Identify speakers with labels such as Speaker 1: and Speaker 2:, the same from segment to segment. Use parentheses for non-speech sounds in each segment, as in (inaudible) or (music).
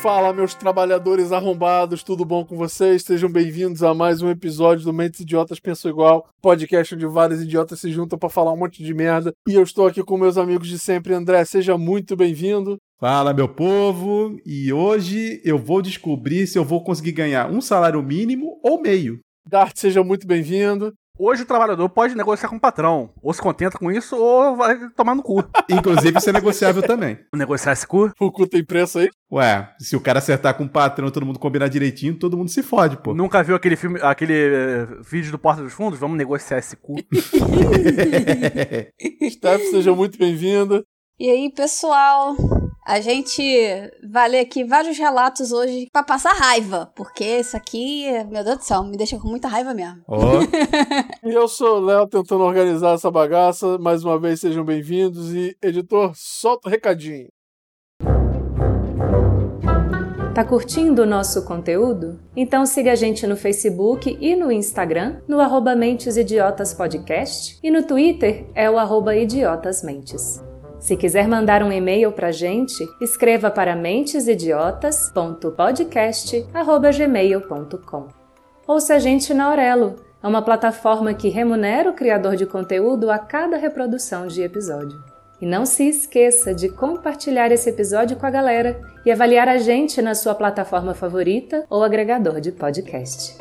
Speaker 1: Fala, meus trabalhadores arrombados, tudo bom com vocês? Sejam bem-vindos a mais um episódio do Mentes Idiotas Pensam Igual, podcast onde vários idiotas se juntam pra falar um monte de merda. E eu estou aqui com meus amigos de sempre. André, seja muito bem-vindo.
Speaker 2: Fala, meu povo! E hoje eu vou descobrir se eu vou conseguir ganhar um salário mínimo ou meio.
Speaker 1: Dart, seja muito bem-vindo.
Speaker 3: Hoje o trabalhador pode negociar com o patrão. Ou se contenta com isso, ou vai tomar no cu.
Speaker 2: Inclusive, isso é negociável também.
Speaker 3: Negociar esse cu?
Speaker 1: O cu tem preço aí?
Speaker 2: Ué, se o cara acertar com o patrão e todo mundo combinar direitinho, todo mundo se fode, pô.
Speaker 3: Nunca viu aquele filme, aquele eh, vídeo do Porta dos Fundos? Vamos negociar esse cu.
Speaker 1: Steph, seja muito bem-vindo.
Speaker 4: E aí, pessoal? A gente vai ler aqui vários relatos hoje pra passar raiva, porque isso aqui, meu Deus do céu, me deixa com muita raiva mesmo.
Speaker 2: (laughs) Ó,
Speaker 1: E eu sou o Léo, tentando organizar essa bagaça. Mais uma vez, sejam bem-vindos. E, editor, solta o recadinho.
Speaker 5: Tá curtindo o nosso conteúdo? Então siga a gente no Facebook e no Instagram, no arroba Mentes Idiotas Podcast, e no Twitter é o arroba Idiotas Mentes. Se quiser mandar um e-mail pra gente, escreva para mentesidiotas.podcast.gmail.com Ouça a gente na Aurelo, é uma plataforma que remunera o criador de conteúdo a cada reprodução de episódio. E não se esqueça de compartilhar esse episódio com a galera e avaliar a gente na sua plataforma favorita ou agregador de podcast.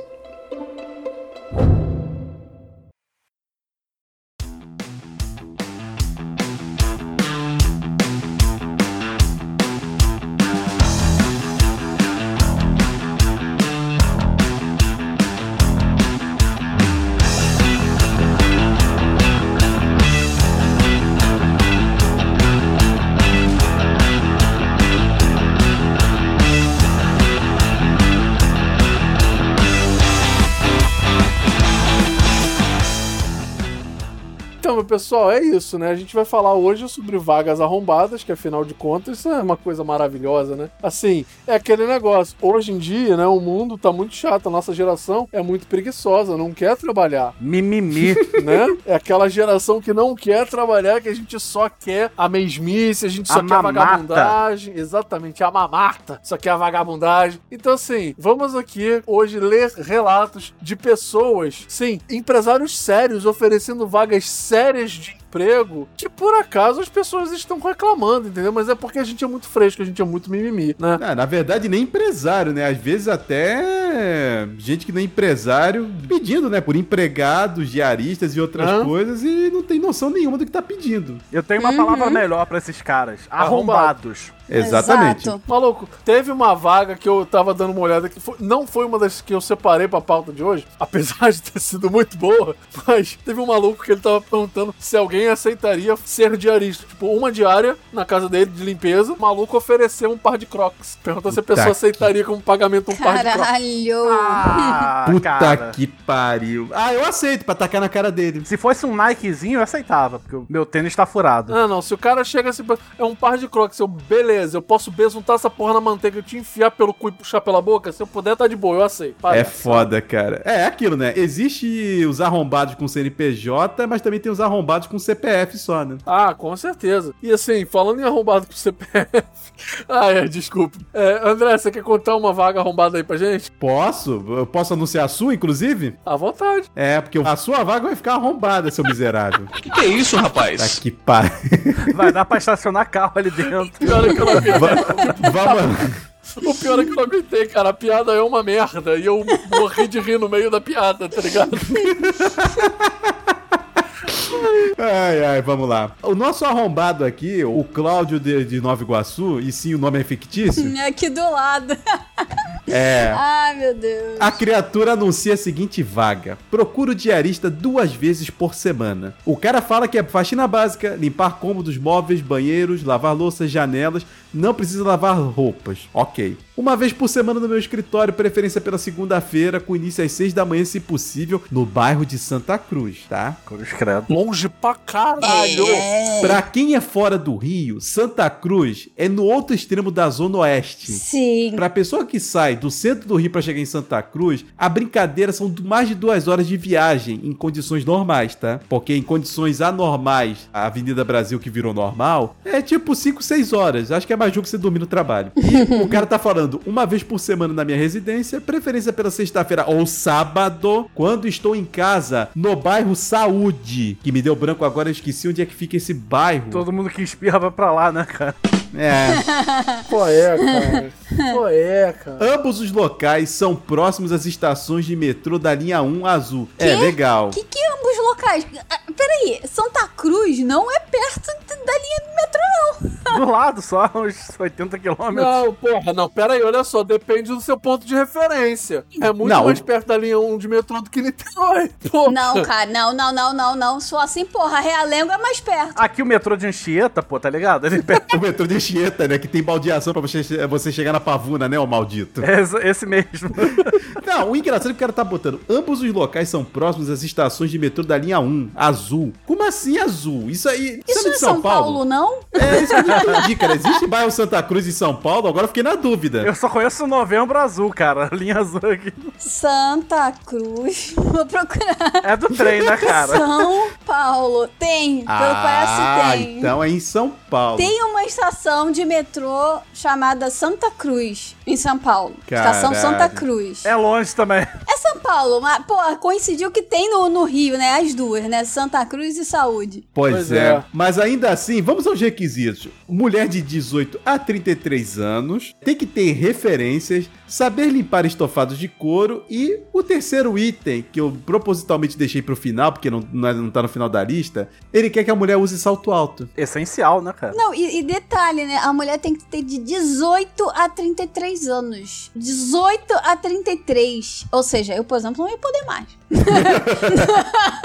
Speaker 1: Então, meu pessoal, é isso, né? A gente vai falar hoje sobre vagas arrombadas, que afinal de contas isso é uma coisa maravilhosa, né? Assim, é aquele negócio. Hoje em dia, né, o mundo tá muito chato, a nossa geração é muito preguiçosa, não quer trabalhar,
Speaker 3: Mimimi.
Speaker 1: né? É aquela geração que não quer trabalhar, que a gente só quer a mesmice, a gente só
Speaker 3: A
Speaker 1: quer a
Speaker 3: mamata.
Speaker 1: vagabundagem. Exatamente, a mamata, só quer a vagabundagem. Então, assim, vamos aqui hoje ler relatos de pessoas, sim, empresários sérios oferecendo vagas sérias de emprego que por acaso as pessoas estão reclamando, entendeu? Mas é porque a gente é muito fresco, a gente é muito mimimi, né?
Speaker 2: Ah, na verdade, nem empresário, né? Às vezes até gente que não é empresário pedindo, né? Por empregados, diaristas e outras
Speaker 1: Hã?
Speaker 2: coisas e não tem noção nenhuma do que tá pedindo.
Speaker 3: Eu tenho uma palavra melhor pra esses caras. Arrombados.
Speaker 2: Exatamente.
Speaker 4: Exato.
Speaker 1: Maluco, teve uma vaga que eu tava dando uma olhada que foi- não foi uma das que eu separei pra pauta de hoje, (laughs) apesar de ter sido muito boa, mas teve um maluco que ele tava perguntando se alguém aceitaria ser diarista. Tipo, uma diária na casa dele de limpeza, o maluco ofereceu um par de crocs. Perguntou se a
Speaker 2: Puta
Speaker 1: pessoa
Speaker 2: que-
Speaker 1: aceitaria como pagamento um par de crocs.
Speaker 4: Caralho!
Speaker 3: Ah,
Speaker 2: Puta
Speaker 3: cara.
Speaker 2: que pariu. Ah, eu aceito pra tacar na cara dele.
Speaker 3: Se fosse um Nikezinho, eu aceitava, porque o meu tênis tá furado.
Speaker 1: Ah, não, se o cara chega assim, é um par de crocs, eu, beleza, eu posso besuntar essa porra na manteiga, eu te enfiar pelo cu e puxar pela boca, se eu puder tá de boa, eu aceito.
Speaker 2: É
Speaker 1: Parece.
Speaker 2: foda, cara. É, é aquilo, né? Existe os arrombados com CNPJ, mas também tem os arrombados com CPF só, né?
Speaker 1: Ah, com certeza. E assim, falando em arrombado com (laughs) CPF. ah, é, desculpa. É, André, você quer contar uma vaga arrombada aí pra gente?
Speaker 2: Posso? Eu posso anunciar a sua, inclusive?
Speaker 1: À vontade.
Speaker 2: É, porque a sua vaga vai ficar arrombada, seu miserável.
Speaker 6: Que que é isso,
Speaker 2: tá
Speaker 6: rapaz?
Speaker 2: que pariu.
Speaker 3: Vai dar pra estacionar carro ali dentro.
Speaker 1: O pior é que eu não aguentei.
Speaker 2: (laughs) Va- Vamos.
Speaker 1: O pior é que eu não aguentei, cara. A piada é uma merda. E eu morri de rir no meio da piada, tá ligado?
Speaker 2: Ai, ai, vamos lá. O nosso arrombado aqui, o Cláudio de, de Nova Iguaçu, e sim o nome é
Speaker 4: (laughs)
Speaker 2: fictício,
Speaker 4: Aqui do lado.
Speaker 2: é.
Speaker 4: Ai, meu Deus.
Speaker 2: A criatura anuncia a seguinte vaga: procura o diarista duas vezes por semana. O cara fala que é faxina básica, limpar cômodos, móveis, banheiros, lavar louças, janelas, não precisa lavar roupas. Ok. Uma vez por semana no meu escritório, preferência pela segunda-feira, com início às seis da manhã, se possível, no bairro de Santa Cruz, tá?
Speaker 3: Cruz credo.
Speaker 1: Longe pra caralho.
Speaker 2: Pra quem é fora do Rio, Santa Cruz é no outro extremo da Zona Oeste.
Speaker 4: Sim.
Speaker 2: Pra pessoa que sai do centro do Rio pra chegar em Santa Cruz, a brincadeira são du- mais de duas horas de viagem em condições normais, tá? Porque em condições anormais, a Avenida Brasil que virou normal, é tipo 5, 6 horas. Acho que é mais jogo que você dormir no trabalho. E o cara tá falando, uma vez por semana na minha residência, preferência pela sexta-feira ou sábado, quando estou em casa, no bairro Saúde. Que me deu branco agora, eu esqueci onde é que fica esse bairro.
Speaker 3: Todo mundo que espirra vai pra lá, né, cara?
Speaker 2: É.
Speaker 1: Qual é, cara? Qual é, cara?
Speaker 2: Ambos os locais são próximos às estações de metrô da linha 1 azul. É, legal.
Speaker 4: Que que ambos locais? Ah, Peraí, Santa Cruz não é perto d- da linha do metrô, não.
Speaker 3: Do lado só, uns 80 quilômetros.
Speaker 1: Não, porra, não, pera aí, olha só, depende do seu ponto de referência. É muito
Speaker 2: Não.
Speaker 1: mais perto da linha 1 de metrô do que Niterói. Pô,
Speaker 4: Não, cara, não, não, não, não, não. Só assim, porra, Realengo é mais perto.
Speaker 3: Aqui o metrô de Anchieta, pô, tá ligado? Ele pega-
Speaker 2: O metrô de Anchieta, né? Que tem baldeação pra você, é, você chegar na pavuna, né, ô
Speaker 4: (laughs)
Speaker 2: maldito?
Speaker 3: É esse- esse mesmo. (laughs)
Speaker 2: Não, o engraçado é que o cara tá botando. Ambos os locais são próximos às estações de metrô da linha 1, azul. Como assim azul? Isso aí.
Speaker 4: Isso
Speaker 2: não
Speaker 4: não é São Paulo, né? não?
Speaker 2: É, isso que eu não
Speaker 4: (laughs)
Speaker 2: entendi, cara. Existe bairro Santa Cruz em São Paulo? Agora eu fiquei na dúvida.
Speaker 3: Eu só conheço o Novembro Azul, cara. Linha azul aqui.
Speaker 4: Santa Cruz. (laughs) Vou procurar.
Speaker 3: É do trem, né, cara? Ah,
Speaker 4: São Paulo. Tem, pelo que parece então assim, tem.
Speaker 2: então é em São Paulo.
Speaker 4: Tem uma estação de metrô chamada Santa Cruz, em São Paulo. Estação
Speaker 2: Caralho.
Speaker 4: Santa Cruz.
Speaker 3: É longe também.
Speaker 4: É São Paulo, mas, pô, coincidiu que tem no, no Rio, né? As duas, né? Santa Cruz e Saúde.
Speaker 2: Pois,
Speaker 1: Pois
Speaker 2: é.
Speaker 1: é.
Speaker 2: Mas ainda assim, vamos aos requisitos. Mulher de 18 a 33 anos, tem que ter referências, saber limpar estofados de couro e o terceiro item, que eu propositalmente deixei pro final, porque não, não é- não tá no final da lista, ele quer que a mulher use salto alto.
Speaker 3: Essencial, né, cara?
Speaker 4: Não, e, e detalhe, né? A mulher tem que ter de 18 a 33 anos. 18 a 33. Ou seja, eu, por exemplo, não ia poder mais.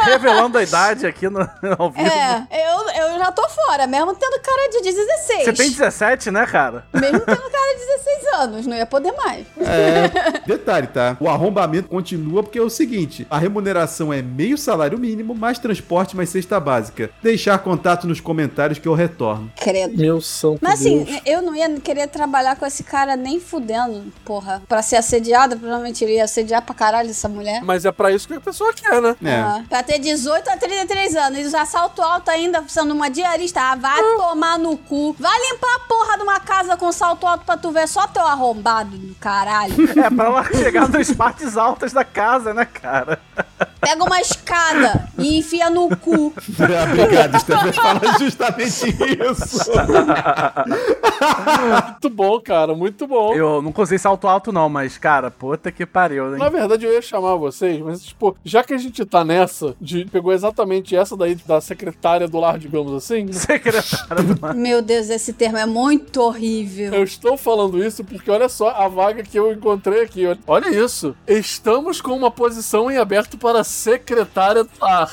Speaker 3: Revelando a idade aqui no, ao vivo.
Speaker 4: É, eu, eu já tô fora, mesmo tendo cara de 16.
Speaker 3: Você tem 17, né, cara?
Speaker 4: Mesmo tendo cara de 16 anos, não ia poder mais.
Speaker 2: (laughs) Detalhe, tá? O arrombamento continua porque é o seguinte: a remuneração é meio salário mínimo, mais transporte, mais cesta básica. Deixar contato nos comentários que eu retorno.
Speaker 4: Credo.
Speaker 1: Meu santo
Speaker 4: Mas assim,
Speaker 1: Deus.
Speaker 4: eu não ia querer trabalhar com esse cara nem fudendo, porra. Pra ser assediada, provavelmente iria assediar pra caralho essa mulher.
Speaker 1: Mas é pra isso que a pessoa quer, né?
Speaker 2: É.
Speaker 4: Ah, pra ter 18 a 33 anos e usar salto alto ainda, sendo uma diarista, ah, vai tomar no cu. Vai limpar a porra de uma casa com salto alto pra tu ver só teu arrombado do (laughs) caralho.
Speaker 3: É pra ela chegar nas partes altas da casa, né, cara?
Speaker 4: Pega uma escada e enfia no (laughs) cu.
Speaker 2: Obrigado, Stefan. Fala (laughs) justamente isso.
Speaker 1: (laughs) Muito bom, cara, muito bom.
Speaker 3: Eu nunca usei salto alto, não, mas, cara, puta que pariu,
Speaker 4: (laughs)
Speaker 1: Na
Speaker 3: hein?
Speaker 1: verdade, eu ia chamar vocês, mas, tipo, já que a gente tá nessa, de, pegou exatamente essa daí da secretária do lar, digamos
Speaker 3: (laughs)
Speaker 1: assim,
Speaker 3: Secretária do mar.
Speaker 4: Meu Deus, esse termo é muito horrível.
Speaker 1: eu estou falando isso porque olha só a vaga que eu encontrei aqui. Olha- Olha isso. Estamos com uma posição em aberto para secretária do lar.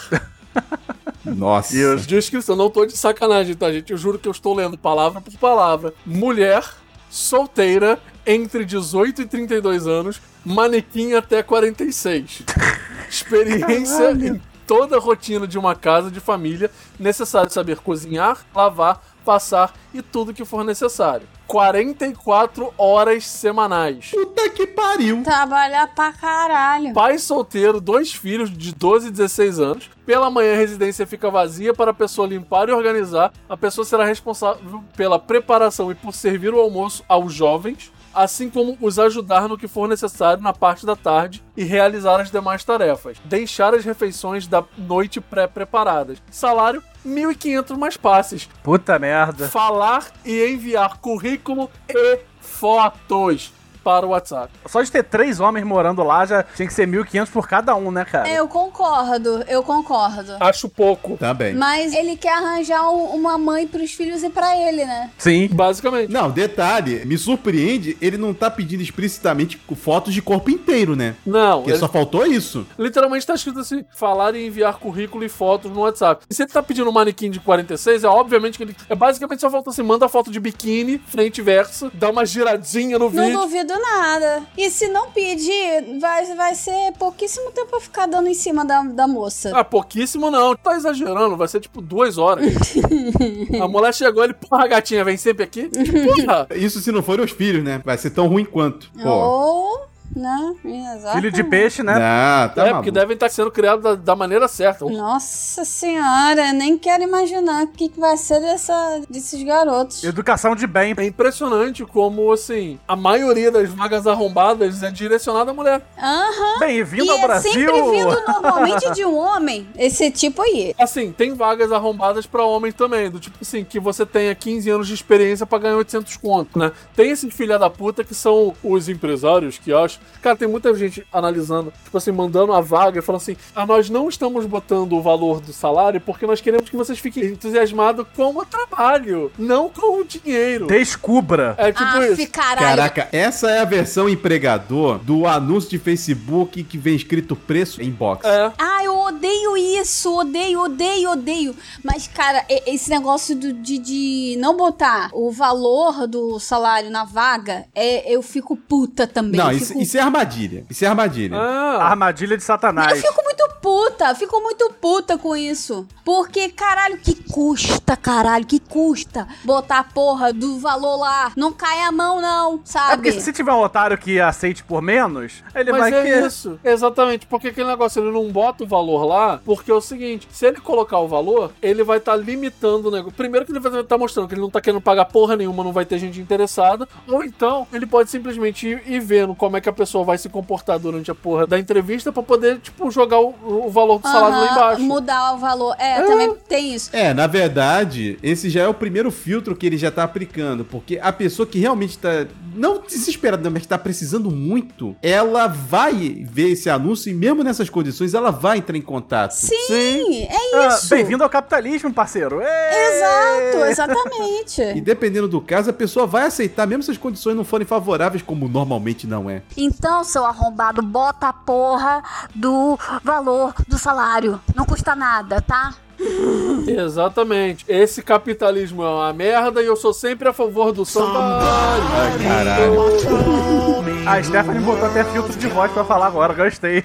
Speaker 2: Nossa.
Speaker 1: Descrição, não tô de sacanagem, tá, gente? Eu juro que eu estou lendo palavra por palavra. Mulher, solteira, entre 18 e 32 anos, manequim até 46. Experiência em toda a rotina de uma casa de família, necessário saber cozinhar, lavar, passar e tudo que for necessário. 44 horas semanais.
Speaker 2: Puta que pariu.
Speaker 4: Trabalhar pra caralho.
Speaker 1: Pai solteiro, dois filhos de 12 e 16 anos. Pela manhã a residência fica vazia para a pessoa limpar e organizar. A pessoa será responsável pela preparação e por servir o almoço aos jovens, assim como os ajudar no que for necessário na parte da tarde e realizar as demais tarefas. Deixar as refeições da noite pré-preparadas. Salário 1.500 mais passes.
Speaker 3: Puta
Speaker 2: É.
Speaker 3: merda.
Speaker 1: Falar e enviar currículo e fotos para o WhatsApp.
Speaker 3: Só de ter três homens morando lá já tinha que ser 1.500 por cada um, né, cara?
Speaker 4: É, Eu concordo, eu concordo.
Speaker 1: Acho pouco.
Speaker 2: Também.
Speaker 4: Mas ele quer arranjar um- uma mãe pros filhos e pra ele, né?
Speaker 3: Sim.
Speaker 1: Basicamente.
Speaker 2: Não, detalhe, me surpreende, ele não tá pedindo explicitamente fotos de corpo inteiro, né?
Speaker 1: Não,
Speaker 2: Porque só faltou isso.
Speaker 1: Literalmente tá escrito assim: falar e enviar currículo e fotos no WhatsApp. E se ele tá pedindo um manequim de 46, é obviamente que ele. É basicamente só falta assim: manda foto de biquíni, frente e verso, dá uma giradinha no
Speaker 4: Não
Speaker 1: vídeo.
Speaker 4: duvido nada. E se não pedir, vai, vai ser pouquíssimo tempo pra ficar dando em cima da, da moça.
Speaker 1: Ah, pouquíssimo não. Tá exagerando, vai ser tipo duas
Speaker 4: (laughs)
Speaker 1: horas. a mulher chegou, ele, porra, gatinha, vem sempre aqui. Tipo, Porra! Ah,
Speaker 2: Isso se não forem os filhos, né? Vai ser tão ruim quanto. Pô.
Speaker 4: Ou Né? Exato.
Speaker 3: Filho de peixe, né?
Speaker 2: Ah, (laughs) tá
Speaker 1: é,
Speaker 2: maluco.
Speaker 1: porque devem estar sendo criados da, da maneira certa.
Speaker 4: Nossa senhora, nem quero imaginar o que, que vai ser dessa, desses garotos.
Speaker 3: Educação de bem.
Speaker 1: É impressionante como, assim, a maioria das vagas arrombadas é direcionada à mulher.
Speaker 4: Aham.
Speaker 3: Bem-vindo
Speaker 4: E
Speaker 1: um
Speaker 3: ao
Speaker 4: é
Speaker 3: Brasil.
Speaker 4: sempre vindo normalmente de um homem, esse tipo aí.
Speaker 1: Assim, tem vagas arrombadas pra homem também, do tipo assim, que você tenha 15 anos de experiência pra ganhar 800 conto, né? Tem esses filha da puta que são os empresários que acham. Cara, tem muita gente analisando, tipo assim, mandando a vaga e falando assim: ah, nós não estamos botando o valor do salário porque nós queremos que vocês fiquem entusiasmados com o trabalho, não com o dinheiro.
Speaker 3: Descubra.
Speaker 1: É tipo
Speaker 4: ah,
Speaker 1: isso.
Speaker 4: caralho.
Speaker 2: Caraca, essa é a versão empregador do anúncio de Facebook que vem escrito preço em box.
Speaker 1: É.
Speaker 4: Ah, eu odeio isso, odeio, odeio, odeio. Mas, cara, e- esse negócio do- de, de não botar o valor do salário na vaga, é, eu fico puta também.
Speaker 2: Não,
Speaker 4: eu
Speaker 2: isso,
Speaker 4: fico-
Speaker 2: isso é armadilha. Isso é armadilha.
Speaker 1: Ah,
Speaker 3: Armadilha de
Speaker 4: Eu
Speaker 3: Satanás.
Speaker 4: fico muito puta, eu fico muito puta com isso. Porque, caralho, que custa, caralho, que custa botar a porra do valor lá. Não cai a mão, não,
Speaker 3: É
Speaker 4: sabe?
Speaker 3: porque se tiver um otário que aceite por menos, ele
Speaker 1: Mas
Speaker 3: vai
Speaker 1: é
Speaker 3: que.
Speaker 1: isso, exatamente, porque aquele negócio ele não bota o valor lá, porque é o seguinte: se ele colocar o valor, ele vai estar limitando o negócio. Primeiro, que ele vai estar mostrando que ele não tá querendo pagar porra nenhuma, não vai ter gente interessada, ou então ele pode simplesmente ir, ir vendo como é que a pessoa vai se comportar durante a porra da entrevista pra poder, tipo, jogar o, o valor do salário lá
Speaker 4: Aham,
Speaker 1: embaixo.
Speaker 4: Mudar o valor. É, também tem isso.
Speaker 2: É, na verdade, esse já é o primeiro filtro que ele já tá aplicando, porque a pessoa que realmente tá, não desesperada, mas que tá precisando muito, ela vai ver esse anúncio e mesmo nessas condições, ela vai entrar em contato.
Speaker 4: Sim, é
Speaker 3: Ah,
Speaker 4: isso.
Speaker 3: Bem-vindo ao capitalismo, parceiro. Ê!
Speaker 4: Exato, exatamente.
Speaker 2: E dependendo do caso, a pessoa vai aceitar, mesmo se as condições não forem favoráveis, como normalmente não é.
Speaker 4: Então, seu arrombado, bota a porra do valor do salário. Não custa nada, tá?
Speaker 1: Exatamente. Esse capitalismo é uma merda e eu sou sempre a favor do samba.
Speaker 2: Ai, caralho.
Speaker 3: A Stephanie botou até filtro de voz pra falar agora, gostei.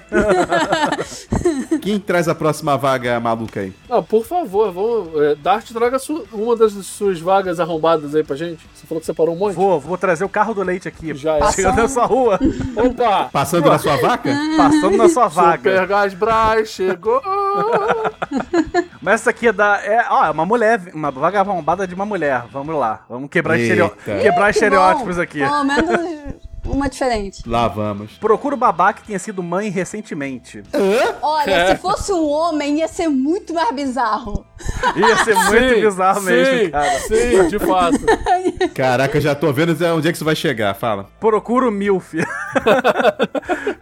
Speaker 2: Quem traz a próxima vaga maluca aí?
Speaker 1: Ah, por favor, vamos. É, Dart, traga su- uma das suas vagas arrombadas aí pra gente. Você falou que separou um monte.
Speaker 3: Vou, vou trazer o carro do leite aqui.
Speaker 1: Já é.
Speaker 3: Chegando na sua rua,
Speaker 1: Opa!
Speaker 2: Passando na sua vaca?
Speaker 3: passando na sua vaga.
Speaker 1: Super Gás Brás chegou!
Speaker 3: Mas essa aqui é da. É, ó, é uma mulher, uma vaga arrombada de uma mulher. Vamos lá. Vamos quebrar,
Speaker 2: Eita.
Speaker 3: estereo... quebrar
Speaker 4: Que
Speaker 3: estereótipos
Speaker 4: bom.
Speaker 3: aqui.
Speaker 4: Pelo menos uma diferente.
Speaker 2: Lá vamos.
Speaker 3: Procura o babá que tenha sido mãe recentemente.
Speaker 4: Olha,
Speaker 3: É.
Speaker 4: se fosse um homem, ia ser muito mais bizarro.
Speaker 3: Ia ser (laughs) muito
Speaker 1: Sim,
Speaker 3: bizarro mesmo,
Speaker 1: sim,
Speaker 3: cara.
Speaker 1: Sim, de fato.
Speaker 2: Caraca, eu já tô vendo onde é que isso vai chegar. Fala.
Speaker 3: Procura o MILF.
Speaker 1: (laughs)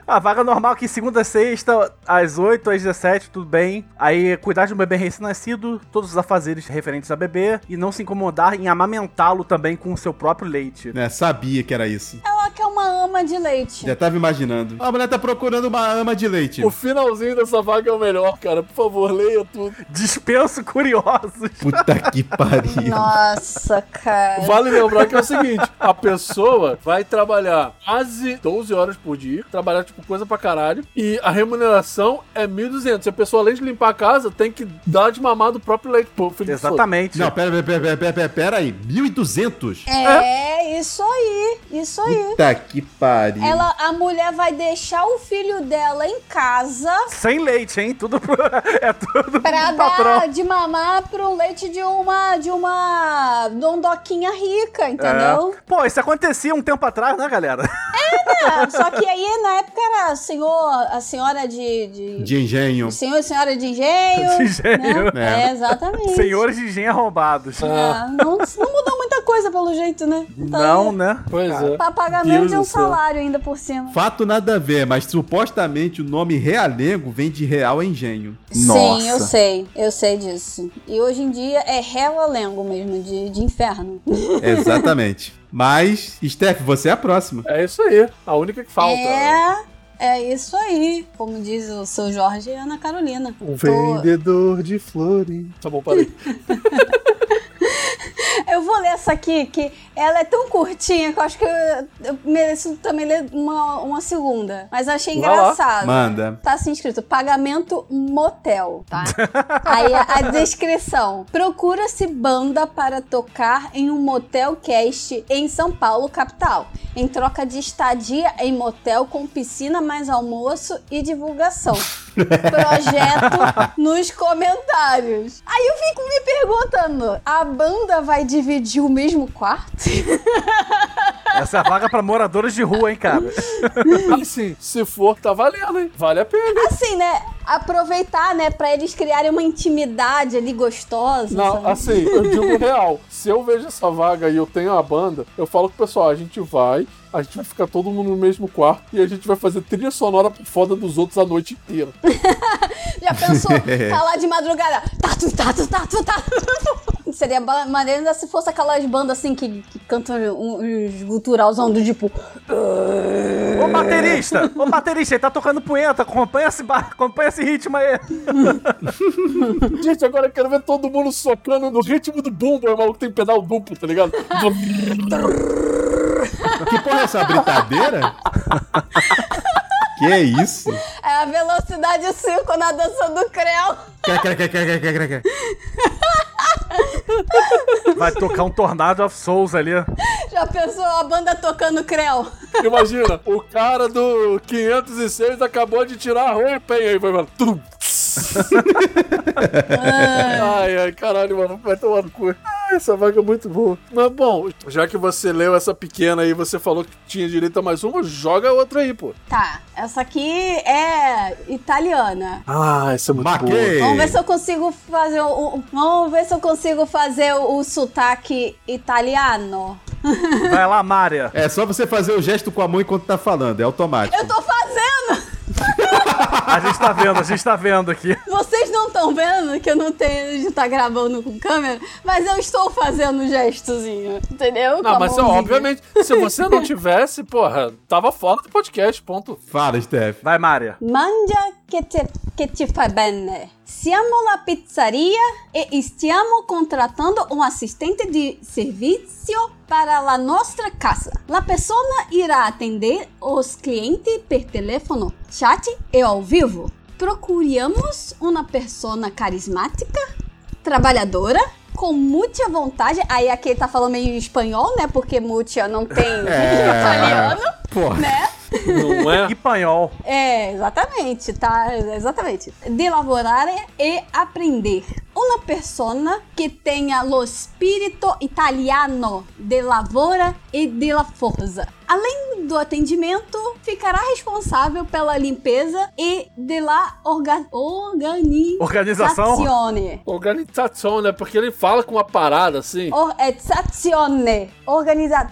Speaker 3: a vaga normal aqui, segunda a sexta, às 8, às 17, tudo bem. Aí, cuidar de um bebê recém-nascido, todos os afazeres referentes a bebê, e não se incomodar em amamentá-lo também com o seu próprio leite.
Speaker 2: Né, sabia que era isso.
Speaker 4: Ela quer uma ama de leite.
Speaker 2: Já tava imaginando. A mulher tá procurando uma ama de leite.
Speaker 1: O finalzinho dessa vaga é o melhor, cara. Por favor, leia tudo.
Speaker 3: Dispenso curiosos.
Speaker 2: (laughs) Puta
Speaker 4: (laughs)
Speaker 2: que pariu.
Speaker 4: Nossa, cara.
Speaker 1: Vale lembrar que é o seguinte: a pessoa vai trabalhar quase 12 horas por dia, trabalhar tipo coisa pra caralho, e a remuneração é 1.200. E a pessoa, além de limpar a casa, tem que dar de mamar do próprio leite. Pô, filho de foda.
Speaker 3: Exatamente.
Speaker 2: Não, pera, pera, pera, pera, pera, pera aí. 1.200?
Speaker 4: É, isso aí, isso aí.
Speaker 2: Puta que pariu.
Speaker 4: Ela, a mulher vai deixar o filho dela em casa
Speaker 3: Sem leite, hein? Tudo pro... (laughs) É tudo
Speaker 4: pra
Speaker 3: pro patrão.
Speaker 4: dar de mamar pro leite de uma de uma dondoquinha rica, entendeu?
Speaker 3: É. Pô, isso acontecia um tempo atrás, né, galera?
Speaker 4: É, só que aí na época era a senhor, a senhora de, de-
Speaker 2: De engenho.
Speaker 4: o senhor e senhora de engenho.
Speaker 3: De engenho.
Speaker 4: né?
Speaker 2: É.
Speaker 4: É, exatamente.
Speaker 3: Senhores de engenho arrombados.
Speaker 4: É, não, não mudou muita coisa pelo jeito, né? Tá
Speaker 3: Não,
Speaker 4: aí.
Speaker 3: né?
Speaker 1: Pois é.
Speaker 4: Pra
Speaker 1: Deus
Speaker 4: pagamento de
Speaker 1: do
Speaker 4: um
Speaker 1: céu.
Speaker 4: salário ainda por cima.
Speaker 2: Fato nada a ver, mas supostamente o nome realengo vem de real
Speaker 4: (laughs)
Speaker 2: engenho.
Speaker 4: Sim, eu sei, eu sei disso. E hoje em dia é relalengo mesmo, de, de inferno.
Speaker 2: Exatamente. Mas, Steph, você é a próxima.
Speaker 1: É isso aí. A única que falta.
Speaker 4: É, é isso aí. Como diz o seu Jorge e a Ana Carolina.
Speaker 1: Um
Speaker 4: Tô-
Speaker 1: (laughs) vendedor de flores. Tá bom, parei.
Speaker 4: É Eu vou ler essa aqui, que ela é tão curtinha que eu acho que eu, eu mereço também ler uma, uma segunda. Mas eu achei
Speaker 1: Vai lá.
Speaker 4: engraçado.
Speaker 2: Manda.
Speaker 4: Tá assim escrito, pagamento motel, tá? Aí a, a descrição. Procura-se banda para tocar em um motel cast em São Paulo, capital. Em troca de estadia em motel com piscina mais almoço e divulgação. Projeto nos comentários. Aí eu fico me perguntando, a banda vai dividir o mesmo quarto?
Speaker 3: Essa é a vaga pra moradores de rua, hein, cara?
Speaker 1: Assim, se for, tá valendo, hein? Vale a pena.
Speaker 4: Assim, né? Aproveitar, né? Pra eles criarem uma intimidade ali gostosa.
Speaker 1: Não,
Speaker 4: sabe?
Speaker 1: assim, eu (laughs) digo real. Se eu vejo essa vaga e eu tenho a banda, eu falo pro pessoal, a gente vai, a gente vai ficar todo mundo no mesmo quarto e a gente vai fazer trilha sonora foda dos outros a noite inteira.
Speaker 4: Já pensou? tá lá de madrugada. tá, Tatu, tatu, tatu, tatu. Seria ba- maneiro ainda se fosse aquelas bandas assim que, que cantam um, uns guturalzão do tipo.
Speaker 3: Ô baterista! Ô baterista, ele tá tocando punheta, acompanha esse, ba- acompanha esse ritmo aí.
Speaker 1: Gente, agora eu quero ver todo mundo socando no ritmo do bumbo, irmão, que tem pedal duplo, tá (laughs) ligado?
Speaker 2: Que porra é essa britadeira? que é isso?
Speaker 4: É a velocidade 5 na dança do Creu.
Speaker 2: Quer, quer, quer, quer, quer, quer, quer, quer.
Speaker 3: Vai tocar um Tornado of Souls ali.
Speaker 4: Já pensou a banda tocando Creu?
Speaker 1: Imagina, o cara do 506 acabou de tirar a roupa, hein? Aí vai, mano. Tum, tss. ai, ai, caralho, mano, vai tomar no cu. Ah, essa vaga é muito boa. Mas bom, já que você leu essa pequena aí, você falou que tinha direito a mais uma, joga outra aí, pô.
Speaker 4: Tá, essa aqui é italiana.
Speaker 1: Ah, essa é muito boa.
Speaker 2: Maquei.
Speaker 4: Vamos ver se eu consigo fazer o, o- vamos ver se eu consigo fazer o, o sotaque italiano.
Speaker 3: Vai lá, Mária.
Speaker 2: É só você fazer o gesto com a mão enquanto tá falando, é automático.
Speaker 4: Eu tô fazendo.
Speaker 3: A gente tá vendo, a gente tá vendo aqui.
Speaker 4: Vocês não estão vendo que eu não tenho, a gente tá gravando com câmera, mas eu estou fazendo um gestozinho, entendeu? Com
Speaker 1: Não,
Speaker 4: a
Speaker 1: mas é,
Speaker 4: mãozinha.
Speaker 1: obviamente, se você não tivesse, porra, tava fora do podcast, ponto.
Speaker 2: Fala, Steph.
Speaker 3: Vai, Mária.
Speaker 4: Mangia che ti, che ti fa bene. Siamo la pizzeria e stiamo contratando un assistente di servizio para la nostra casa. La persona irá atender os clientes per telefono, chat e ao vivo. Procuramos uma persona carismática, trabalhadora, com muita vontade. Aí aqui ele tá falando meio espanhol, né? Porque mucha não tem
Speaker 2: É.
Speaker 4: italiano,
Speaker 2: Porra.
Speaker 4: né?
Speaker 1: Não é?
Speaker 3: Que panhol.
Speaker 4: É, exatamente, tá? Exatamente. De elaborar e aprender. Uma persona que tenha lo spirito italiano de lavora e de la forza. Além do atendimento, ficará responsável pela limpeza e de la orga organizazione.
Speaker 3: Organização?
Speaker 1: Organização, né? Porque ele fala com uma parada assim.
Speaker 4: Organizzazione. Organiza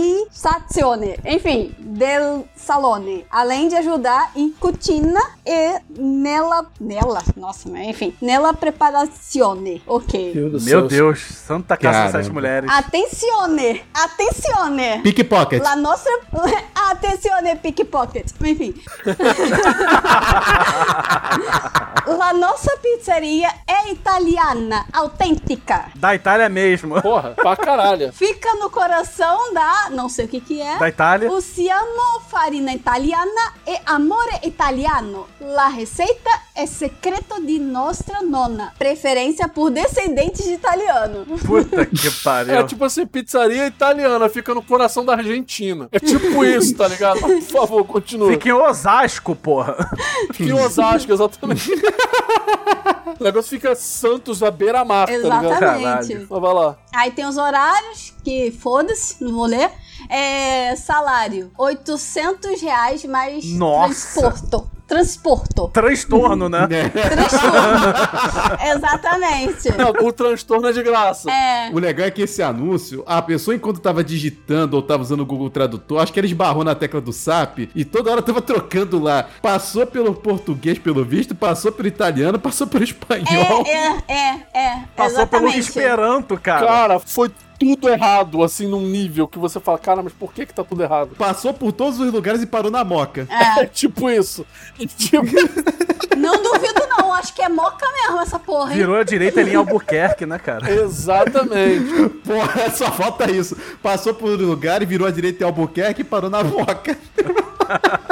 Speaker 4: organizzazione. Enfim, del salone. Além de ajudar em cucina e nela. Nela? Nossa, mas enfim. Nela preparazione. Ok.
Speaker 1: Deus
Speaker 3: Meu Deus, santa casa das
Speaker 2: Caramba.
Speaker 3: sete mulheres.
Speaker 4: Atenzione! Atenzione!
Speaker 2: Pickpocket.
Speaker 4: La nossa. (laughs) Atenzione, pickpocket. Enfim. La nossa pizzaria é italiana, autêntica.
Speaker 3: Da Itália mesmo.
Speaker 1: Porra, pra caralho.
Speaker 4: Fica no coração da. Não sei o que que é.
Speaker 3: Da Itália.
Speaker 4: O siamo farina italiana e amore italiano. La receita é secreto de nostra nona. Preferência por descendentes
Speaker 3: (laughs)
Speaker 4: de italiano.
Speaker 3: Puta que
Speaker 1: É
Speaker 3: pariu.
Speaker 1: tipo assim, pizzaria italiana, fica no coração da Argentina. É tipo isso, tá ligado? Por favor, continua.
Speaker 3: Fica em Osasco, porra. (laughs)
Speaker 1: Fica em Osasco, exatamente. o negócio fica Santos à beira-mar, tá ligado?
Speaker 4: Exatamente.
Speaker 3: Caralho.
Speaker 1: Mas vai lá.
Speaker 4: Aí tem os horários, que foda-se, não vou ler. É, salário, 800 reais mais
Speaker 3: Nossa.
Speaker 4: transporto.
Speaker 3: (laughs)
Speaker 4: Transporto.
Speaker 3: Transtorno, né?
Speaker 1: É.
Speaker 2: É.
Speaker 4: Transtorno. Exatamente.
Speaker 1: Não, o transtorno é de graça.
Speaker 4: É.
Speaker 2: O legal é que esse anúncio, a pessoa enquanto tava digitando ou tava usando o Google Tradutor, acho que ela esbarrou na tecla do SAP e toda hora tava trocando lá. Passou pelo português, pelo visto, passou pelo italiano, passou pelo espanhol.
Speaker 4: É, é, é, é.
Speaker 3: Passou pelo
Speaker 4: exatamente.
Speaker 3: Esperanto, cara.
Speaker 1: Cara, foi tudo errado, assim, num nível que você fala, cara, mas por que que tá tudo errado?
Speaker 2: Passou por todos os lugares e parou na moca.
Speaker 1: (laughs) É tipo isso. É tipo,
Speaker 4: Não duvido, não. Acho que é moca mesmo essa porra, hein?
Speaker 3: Virou a direita ali em Albuquerque,
Speaker 1: (laughs)
Speaker 3: né, cara?
Speaker 1: exatamente.
Speaker 2: Porra, (laughs) só falta isso. Passou por um lugar e virou à direita em Albuquerque e parou na moca.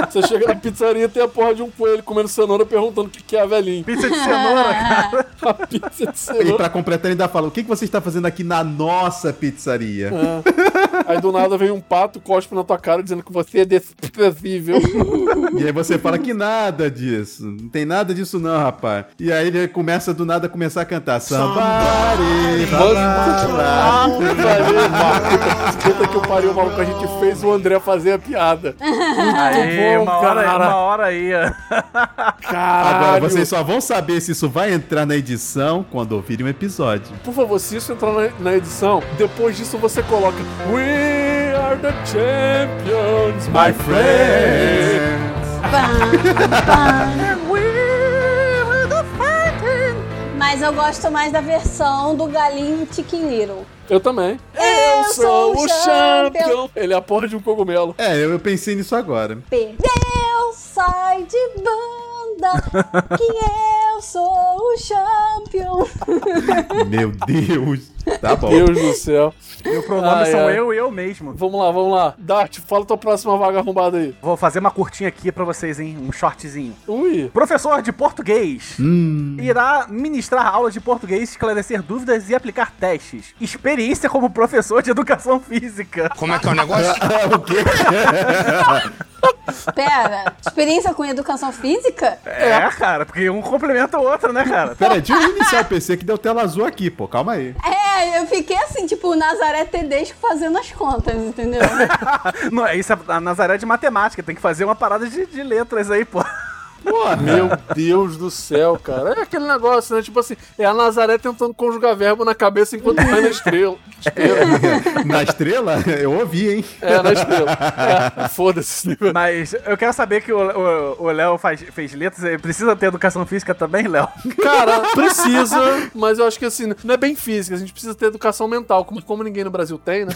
Speaker 1: Você chega na pizzaria e tem a porra de um coelho comendo cenoura perguntando o que, que é velhinho.
Speaker 3: Pizza de cenoura, cara.
Speaker 1: A pizza de
Speaker 2: E
Speaker 1: cenoura.
Speaker 2: pra completar, ele ainda fala: o que, que você está fazendo aqui na nossa pizzaria?
Speaker 1: Aí do nada vem um pato, cospe na tua cara dizendo que você é desprezível.
Speaker 2: (laughs) E aí você fala que nada disso. Não tem nada disso, não, rapaz. E aí ele começa do nada a começar a cantar. Somebody,
Speaker 1: Ah, puta que pariu, Puta que o pariu, maluco. A gente fez o André fazer a piada.
Speaker 3: Aí,
Speaker 1: bom,
Speaker 3: uma hora, aí,
Speaker 1: cara.
Speaker 3: uma hora aí. é.
Speaker 1: Caralho.
Speaker 2: Agora vocês só vão saber se isso vai entrar na edição quando ouvirem um episódio.
Speaker 1: Por favor, se isso entrar na, na edição, depois disso você coloca We are the champions, my friend.
Speaker 4: Mas eu gosto mais da versão do galinho Chicken Little.
Speaker 1: Eu também. Eu,
Speaker 4: sou o champion.
Speaker 1: Ele é a porra de um cogumelo.
Speaker 2: É, eu eu pensei nisso agora.
Speaker 4: Perdeu, sai de banda, que eu sou o champion.
Speaker 2: Meu Deus. Tá bom.
Speaker 1: Deus do céu.
Speaker 3: Meu pronome
Speaker 1: Ai,
Speaker 3: são
Speaker 1: ai.
Speaker 3: eu e eu mesmo.
Speaker 1: Vamos lá, vamos lá. Dart, fala tua próxima vaga arrombada aí.
Speaker 3: Vou fazer uma curtinha aqui pra vocês, hein? Um shortzinho.
Speaker 1: Ui.
Speaker 3: Professor de português
Speaker 2: Hum,
Speaker 3: irá ministrar aulas de português, esclarecer dúvidas e aplicar testes. Experiência como professor de educação física.
Speaker 6: Como é que é o negócio?
Speaker 2: o quê?
Speaker 4: Pera, experiência com educação física?
Speaker 3: É, cara, porque um complementa o outro, né, cara?
Speaker 2: Pera, aí, deixa eu iniciar o PC que deu tela azul aqui, pô. Calma aí.
Speaker 4: É, eu fiquei assim, tipo, Nazaré Tedesco fazendo as contas, entendeu?
Speaker 3: Não, é isso é a Nazaré de matemática, tem que fazer uma parada de, de letras aí, pô.
Speaker 1: Meu Deus do céu, cara. É aquele negócio, né? Tipo assim, é a Nazaré tentando conjugar verbo na cabeça enquanto vai na estrela. Estrela.
Speaker 2: Na estrela, eu ouvi, hein?
Speaker 1: É, na estrela. É, Foda-se esse nível.
Speaker 3: Mas eu quero saber que o- o o Léo faz- fez letras, ele precisa ter educação física também, Léo?
Speaker 1: Cara, precisa, mas eu acho que assim, não é bem física, a gente precisa ter educação mental, como, como ninguém no Brasil tem, né?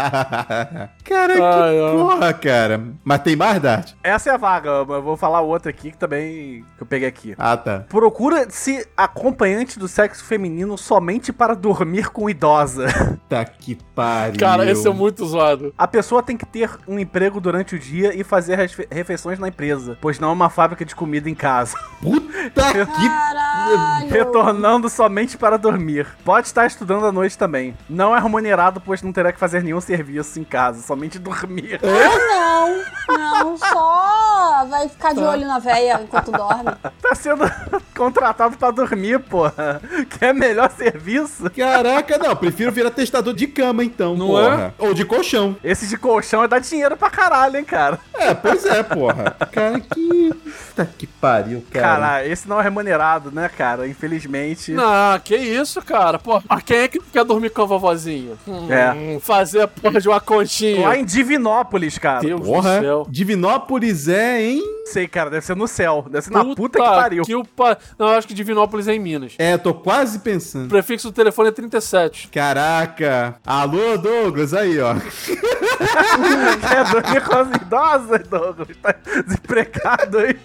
Speaker 2: Cara, que
Speaker 1: Ai, ai.
Speaker 2: porra, cara. Mas tem mais, Dart?
Speaker 3: Essa é a vaga, eu vou falar outra aqui que também que eu peguei aqui.
Speaker 2: Ah, tá.
Speaker 3: Procura-se acompanhante do sexo feminino somente para dormir com idosa.
Speaker 2: Tá que pariu.
Speaker 1: Cara, esse é muito zoado.
Speaker 3: A pessoa tem que ter um emprego durante o dia e fazer as fe- refeições na empresa, pois não é uma fábrica de comida em casa. (laughs)
Speaker 2: Puta que...
Speaker 4: Caralho.
Speaker 3: Retornando somente para dormir. Pode estar estudando à noite também. Não é remunerado, pois não terá que fazer nenhum serviço em casa, somente dormir.
Speaker 4: Eu não, não, só vai ficar de olho na véia enquanto dorme.
Speaker 3: Tá sendo (laughs) contratado para dormir, porra. (laughs) Que é melhor serviço?
Speaker 2: Caraca, não. Prefiro virar testador de cama, então,
Speaker 1: Não é?
Speaker 2: porra. Ou de colchão.
Speaker 3: Esse de colchão é dar dinheiro pra caralho, hein, cara.
Speaker 2: É, pois é, porra. Cara, que... Puta que pariu, cara.
Speaker 3: Cara, esse não é remunerado, né, cara? Infelizmente.
Speaker 1: Não, que isso, cara. Pô, mas quem é que quer dormir com a vovozinha? Hum,
Speaker 3: É.
Speaker 1: Fazer a porra de uma
Speaker 3: Lá
Speaker 1: conchinha.
Speaker 3: em Divinópolis, cara.
Speaker 1: Deus do
Speaker 2: Porra.
Speaker 1: céu.
Speaker 2: Divinópolis é, hein?
Speaker 3: Sei, cara, deve ser no céu. Deve ser na puta, que pariu.
Speaker 1: que o pa- Não, eu acho que Divinópolis é em Minas.
Speaker 2: É, tô quase
Speaker 1: O
Speaker 2: pensando.
Speaker 1: prefixo do telefone é 37.
Speaker 2: Caraca. Alô, Douglas, aí, ó.
Speaker 3: Quer dormir com as idosas, é Douglas? Tá desempregado aí.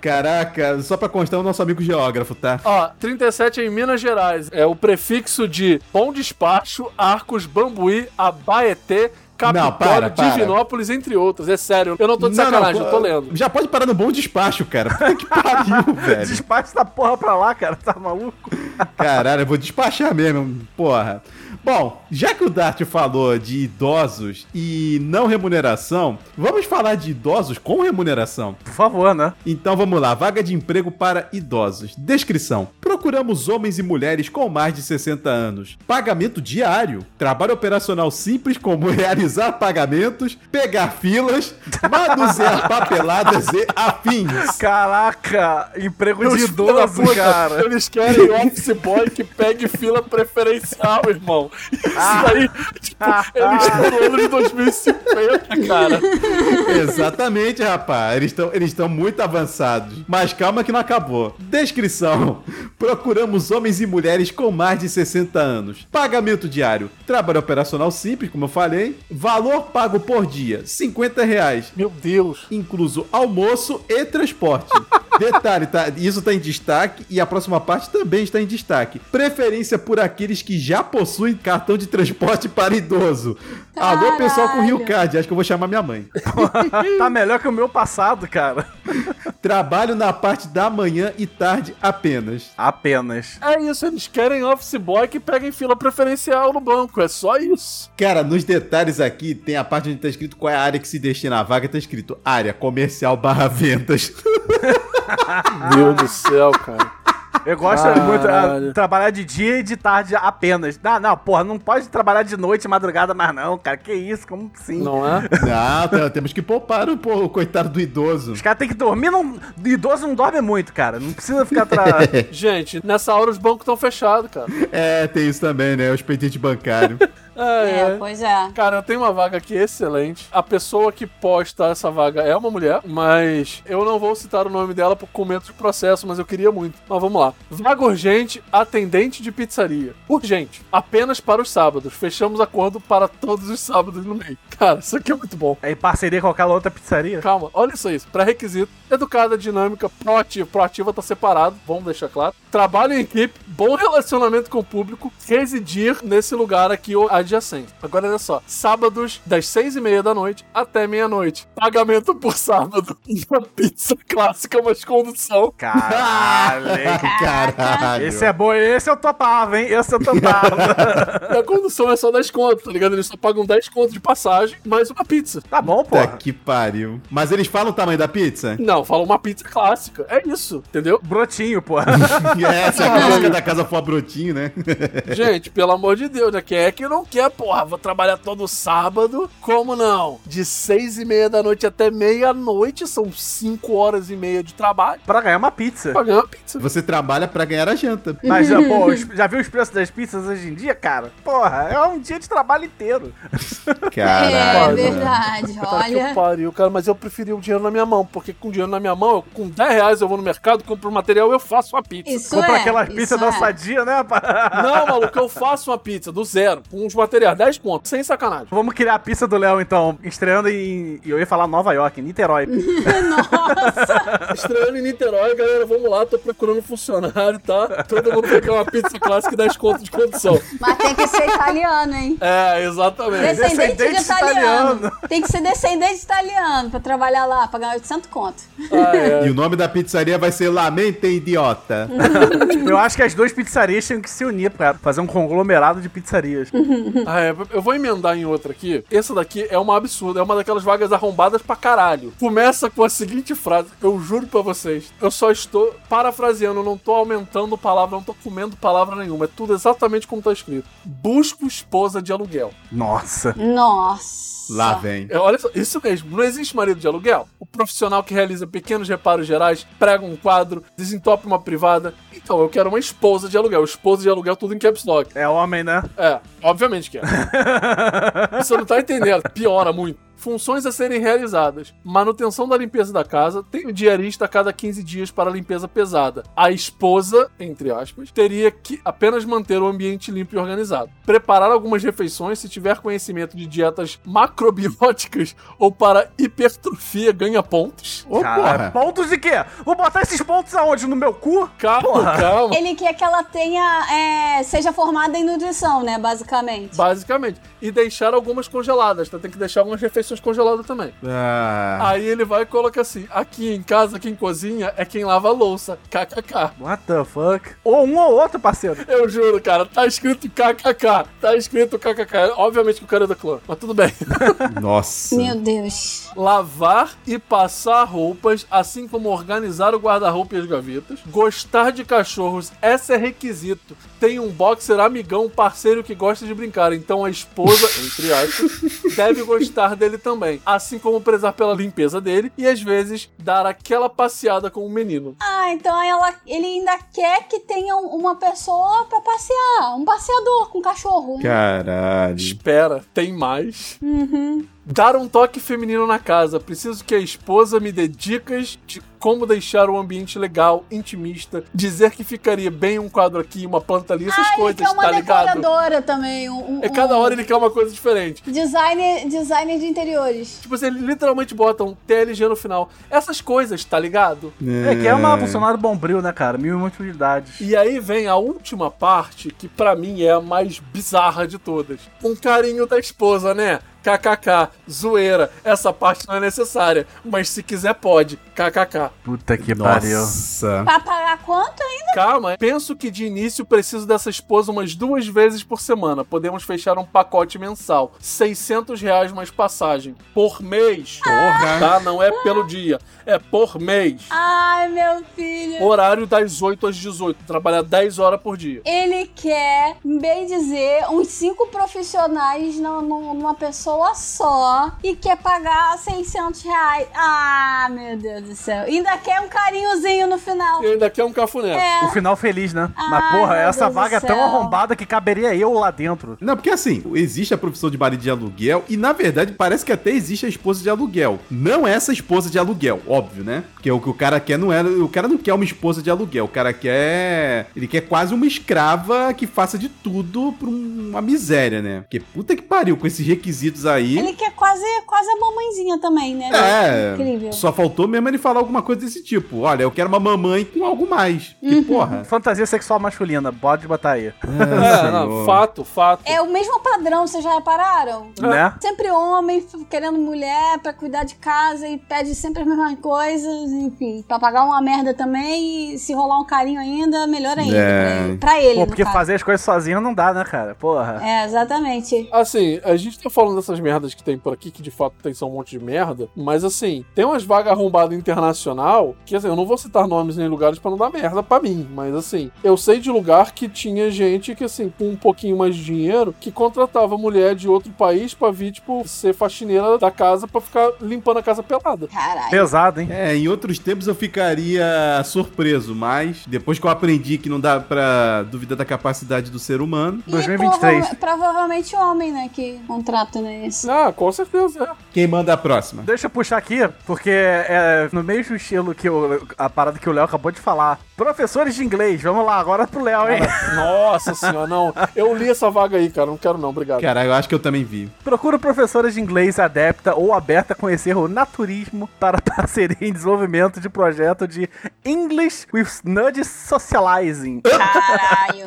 Speaker 2: Caraca, só pra constar o nosso amigo geógrafo, tá?
Speaker 1: Ó, 37 é em Minas Gerais. É o prefixo de Bom Despacho, Arcos, Bambuí, Abaeté, Capitólio,
Speaker 2: Não, para, para.
Speaker 1: Divinópolis, entre outros. É sério, eu não tô de
Speaker 2: Não, não,
Speaker 1: sacanagem, eu tô lendo.
Speaker 2: Já pode parar no bom despacho, cara. Puta
Speaker 1: (laughs)
Speaker 2: que pariu, velho.
Speaker 3: Despacha essa porra pra lá, cara. Tá maluco?
Speaker 2: Caralho, eu vou despachar mesmo, porra. Bom, já que o Dart falou de idosos e não remuneração, vamos falar de idosos com remuneração.
Speaker 3: Por favor, né?
Speaker 2: Então vamos lá, vaga de emprego para idosos. Descrição: Procuramos homens e mulheres com mais de 60 anos. Pagamento diário. Trabalho operacional simples como (laughs) realizar pagamentos, pegar filas, manusear papeladas e afins.
Speaker 3: Caraca, emprego
Speaker 1: Meus
Speaker 3: de
Speaker 1: filhos da
Speaker 3: idoso,
Speaker 1: puta,
Speaker 3: cara.
Speaker 1: Eles (laughs) querem office boy que pegue fila preferencial, irmão. Isso aí, tipo, eles estão no ano de 2050, cara.
Speaker 2: Exatamente, rapaz. Eles estão eles tão muito avançados. Mas calma que não acabou. Descrição: Procuramos homens e mulheres com mais de 60 anos. Pagamento diário. Trabalho operacional simples, como eu falei. Valor pago por dia, R$ 50
Speaker 1: (laughs)
Speaker 2: reais.
Speaker 1: Meu Deus.
Speaker 2: Incluso almoço e transporte. Detalhe, tá? Isso tá em destaque e a próxima parte também está em destaque. Preferência por aqueles que já possuem cartão de transporte para idoso. Alô,
Speaker 4: Caralho.
Speaker 2: pessoal com Rio Card, acho que eu vou chamar minha mãe.
Speaker 3: tá melhor que o meu passado, cara.
Speaker 2: Trabalho na parte da manhã e tarde apenas.
Speaker 3: Apenas.
Speaker 1: É isso, eles querem office boy que peguem fila preferencial no banco. É só isso.
Speaker 2: Cara, nos detalhes aqui tem a parte onde tá escrito qual é a área que se destina à vaga, tá escrito área comercial barra vendas. (laughs)
Speaker 1: Meu Deus do céu, cara.
Speaker 3: Eu gosto
Speaker 1: Caralho.
Speaker 3: muito ah, de trabalhar de dia e de tarde apenas. Não, não, porra, não pode trabalhar de noite, madrugada, mas não, cara. Que isso? Como assim? sim?
Speaker 1: Não é?
Speaker 2: Não, t- Ah, tá, temos que poupar o, po- o coitado do idoso.
Speaker 3: Os caras têm que dormir, não. Idoso não dorme muito, cara. Não precisa ficar tra...
Speaker 1: Gente, nessa hora os bancos estão fechados, cara.
Speaker 2: É, tem isso também, né? O expediente bancário.
Speaker 1: É,
Speaker 4: (laughs) É,
Speaker 1: é.
Speaker 4: pois é.
Speaker 1: Cara, eu tenho uma vaga aqui excelente. A pessoa que posta essa vaga é uma mulher, mas eu não vou citar o nome dela por comento de processo, mas eu queria muito. Mas vamos lá. Vaga urgente, atendente de pizzaria. Urgente. Apenas para os sábados. Fechamos acordo para todos os sábados no meio. Cara, isso aqui é muito bom.
Speaker 3: Em parceria com aquela outra pizzaria.
Speaker 1: Calma, olha isso aí. Pré-requisito: educada, dinâmica, proativa. Proativa tá separado, vamos deixar claro. Trabalho em equipe, bom relacionamento com o público, residir nesse lugar aqui ou adjacente. Agora olha só: sábados, das seis e meia da noite até meia-noite. Pagamento por sábado. (laughs) Uma pizza clássica, mas condução.
Speaker 3: Caralho.
Speaker 4: É.
Speaker 3: hein?
Speaker 2: Caralho.
Speaker 3: Esse é bom, esse eu topava, hein? Esse eu topava.
Speaker 1: (laughs) E a condução é só 10 conto, tá ligado? Eles só pagam 10 conto de passagem, mais uma pizza.
Speaker 3: tá bom, pô.
Speaker 2: Puta que pariu. Mas eles falam o tamanho da
Speaker 4: (laughs)
Speaker 2: pizza?
Speaker 1: Não, fala uma pizza clássica. É isso, entendeu?
Speaker 3: Brotinho, pô. (laughs)
Speaker 2: é, se a música da casa for a brotinho, né? (laughs)
Speaker 1: Gente, pelo amor de Deus, né? Quem é que não quer, porra? Vou trabalhar todo sábado? Como não? De seis e meia da noite até meia-noite são cinco horas e meia de trabalho
Speaker 3: pra ganhar uma pizza.
Speaker 1: pra ganhar uma pizza.
Speaker 2: Você trabalha pra ganhar a janta.
Speaker 3: Mas, já, pô, os- já viu os preços das pizzas hoje em dia, cara? Porra, é um dia de trabalho inteiro.
Speaker 4: É
Speaker 2: Caralho.
Speaker 4: verdade,
Speaker 1: Tá que
Speaker 4: olha.
Speaker 1: pariu, cara, mas eu preferi o dinheiro na minha mão, porque com o dinheiro na minha mão, eu- com 10 reais eu vou no mercado, compro o material eu faço uma pizza.
Speaker 4: Isso
Speaker 3: Compra
Speaker 4: é.
Speaker 3: aquelas
Speaker 4: isso
Speaker 3: pizzas da
Speaker 4: é.
Speaker 3: sadia, né? rapaz? (laughs)
Speaker 1: Não, maluco, eu faço uma pizza do zero, com os materiais, 10 contos, sem sacanagem.
Speaker 3: Vamos criar a pizza do Léo, então. Estreando em. Eu ia falar Nova York, em Niterói.
Speaker 1: Estreando em Niterói, galera, vamos lá, tô procurando funcionário, tá? Todo mundo quer uma pizza clássica e 10 contos de condução.
Speaker 4: Mas tem que ser italiano, hein?
Speaker 1: É, exatamente.
Speaker 4: Descendente,
Speaker 3: descendente
Speaker 4: de italiano.
Speaker 3: italiano.
Speaker 4: Tem que ser descendente de italiano pra trabalhar lá, pra ganhar 800 conto.
Speaker 1: Ah, é.
Speaker 2: E o nome da pizzaria vai ser Lamenta Idiota.
Speaker 3: Eu acho que as duas pizzarias tinham que se unir pra fazer um conglomerado de pizzarias.
Speaker 1: Ah, é, eu vou emendar em outra aqui. Essa daqui é uma absurda, é uma daquelas vagas arrombadas pra caralho. Começa com a seguinte frase, eu juro pra vocês, eu só estou parafraseando, eu não tô aumentando palavra, eu não tô comendo palavra nenhuma, é tudo exatamente como tá escrito. Busco esposa de aluguel.
Speaker 3: Nossa.
Speaker 4: Nossa.
Speaker 2: Lá vem.
Speaker 1: É, olha só, isso mesmo, não existe marido de aluguel. O profissional que realiza pequenos reparos gerais, prega um quadro, desentope uma privada. Então, eu quero uma esposa de aluguel. Esposa de aluguel, tudo em caps lock.
Speaker 3: É homem, né?
Speaker 1: É, obviamente que é. Você não tá entendendo, piora muito. Funções a serem realizadas: manutenção da limpeza da casa, tem o diarista a cada 15 dias para limpeza pesada. A esposa, entre aspas, teria que apenas manter o ambiente limpo e organizado. Preparar algumas refeições se tiver conhecimento de dietas macrobióticas ou para hipertrofia ganha pontos.
Speaker 2: Ô,
Speaker 3: Cara,
Speaker 2: porra.
Speaker 3: pontos de quê? Vou botar esses pontos aonde? No meu cu?
Speaker 1: Calma, calma.
Speaker 4: Ele quer que ela tenha. é, seja formada em nutrição, né? Basicamente.
Speaker 1: Basicamente. E deixar algumas congeladas, tá? Tem que deixar algumas refeições congeladas também.
Speaker 2: Ah,
Speaker 1: Aí ele vai e coloca assim: aqui em casa, quem cozinha é quem lava a louça. KKK.
Speaker 3: What the fuck? Ou um ou outro, parceiro.
Speaker 1: Eu juro, cara, tá escrito KKK. Tá escrito KKK. Obviamente que o cara é do clã, mas tudo bem. (laughs)
Speaker 2: nossa.
Speaker 4: Ah, Meu Deus.
Speaker 1: Lavar e passar roupas, assim como organizar o guarda-roupa e as gavetas. Gostar de cachorros, essa é requisito. Tem um boxer amigão, parceiro que gosta de brincar, então a esposa, (laughs) entre aspas, deve gostar dele também. Assim como prezar pela limpeza dele e às vezes dar aquela passeada com o menino.
Speaker 4: Ah, então ela, ele ainda quer que tenha um- uma pessoa pra passear. Um passeador com cachorro.
Speaker 2: é
Speaker 4: né?
Speaker 2: Caralho.
Speaker 1: Uhum. Espera, tem mais.
Speaker 4: Uhum.
Speaker 1: Dar um toque feminino na casa. Preciso que a esposa me dê dicas de como deixar o ambiente legal, intimista, dizer que ficaria bem um quadro aqui, uma planta ali, essas
Speaker 4: Ah, ele
Speaker 1: coisas,
Speaker 4: quer uma
Speaker 1: tá ligado?
Speaker 4: decoradora também. Um, um-
Speaker 1: É cada
Speaker 4: um
Speaker 1: hora ele quer uma coisa diferente.
Speaker 4: Design, design de interiores.
Speaker 1: Tipo, eles literalmente um botam TLG no final. Essas coisas, tá ligado?
Speaker 3: É que é uma funcionário bombril, né, cara? Mil e uma utilidades.
Speaker 1: E aí vem a última parte, que pra mim é a mais bizarra de todas. Um carinho da esposa, né? KKK, zoeira. Essa parte não é necessária, mas se quiser pode. KKK.
Speaker 3: Puta que pariu.
Speaker 2: Nossa.
Speaker 4: Pra pagar quanto?
Speaker 1: Calma, penso que de início preciso dessa esposa umas duas vezes por semana. Podemos fechar um pacote mensal. 600 reais mais passagem. Por mês.
Speaker 2: Porra.
Speaker 1: Tá? Não é pelo dia. É por mês.
Speaker 4: Ai, meu filho.
Speaker 1: Horário das 8 às 18. Trabalhar 10 horas por dia.
Speaker 4: Ele quer, bem dizer, uns cinco profissionais na- nu- numa pessoa só e quer pagar 600 reais. Ah, meu Deus do céu. Ainda quer um carinhozinho no final.
Speaker 1: E ainda quer um cafuné.
Speaker 4: É.
Speaker 3: O final feliz, né?
Speaker 4: Ai,
Speaker 3: Mas porra,
Speaker 4: Ah, meu
Speaker 3: essa
Speaker 4: Deus do
Speaker 3: vaga é tão
Speaker 4: céu.
Speaker 3: arrombada que caberia eu lá dentro.
Speaker 2: Não, porque assim, existe a profissão de marido de aluguel e, na verdade, parece que até existe a esposa de aluguel. Não é essa esposa de aluguel, óbvio, né? Porque o que o cara quer não é. O cara não quer uma esposa de aluguel. O cara quer. Ele quer quase uma escrava que faça de tudo pra um- uma miséria, né? Porque puta que pariu com esses requisitos aí.
Speaker 4: Ele quer quase, quase a mamãezinha também, né?
Speaker 2: É,
Speaker 4: Incrível.
Speaker 2: só faltou mesmo ele falar alguma coisa desse tipo. Olha, eu quero uma mamãe com algo mais. Que
Speaker 4: Uhum.
Speaker 2: porra.
Speaker 3: Fantasia sexual masculina, pode botar aí.
Speaker 1: É, não, fato, fato.
Speaker 4: É o mesmo padrão, vocês já repararam?
Speaker 3: Né?
Speaker 4: Sempre homem f- querendo mulher pra cuidar de casa e pede sempre as mesmas coisas, enfim, pra pagar uma merda também e se rolar um carinho ainda, melhor ainda.
Speaker 2: É.
Speaker 4: pra ele- Pra ele,
Speaker 3: Pô,
Speaker 4: no
Speaker 3: porque
Speaker 4: caso.
Speaker 3: fazer as coisas sozinho não dá, né, cara? Porra.
Speaker 4: tá. É, exatamente.
Speaker 1: Assim, a gente tá falando dessas merdas que tem por aqui, que de fato tem só um monte de merda, mas assim, tem umas vagas arrombadas internacional, que assim, eu não vou citar nomes nem lugares pra não dar merda pra mim, mas assim, eu sei de lugar que tinha gente que assim, com um pouquinho mais de dinheiro, que contratava mulher de outro país pra vir, tipo, ser faxineira da casa pra ficar limpando a casa pelada.
Speaker 4: Caralho.
Speaker 3: Pesado, hein?
Speaker 2: É, em outros tempos eu ficaria surpreso, mas depois que eu aprendi que não dá pra duvidar da capacidade do ser humano,
Speaker 4: E
Speaker 3: 2023.
Speaker 4: prova- provavelmente homem, né, que contrata, né, isso.
Speaker 1: Ah, com certeza. é.
Speaker 2: quem manda a próxima?
Speaker 3: Deixa eu puxar aqui, porque é no mesmo estilo que o- a parada que o Léo acabou de falar. Professores de inglês, vamos lá, agora pro Léo,
Speaker 1: É.
Speaker 3: hein?
Speaker 1: Nossa senhora, não. Eu li essa vaga aí, cara. Não quero não, obrigado.
Speaker 2: Caralho, eu acho que eu também vi.
Speaker 3: Procura professores de inglês adepta ou aberta a conhecer o naturismo para (laughs) parceria em desenvolvimento de projeto de English with Nudge Socializing.
Speaker 4: Caralho.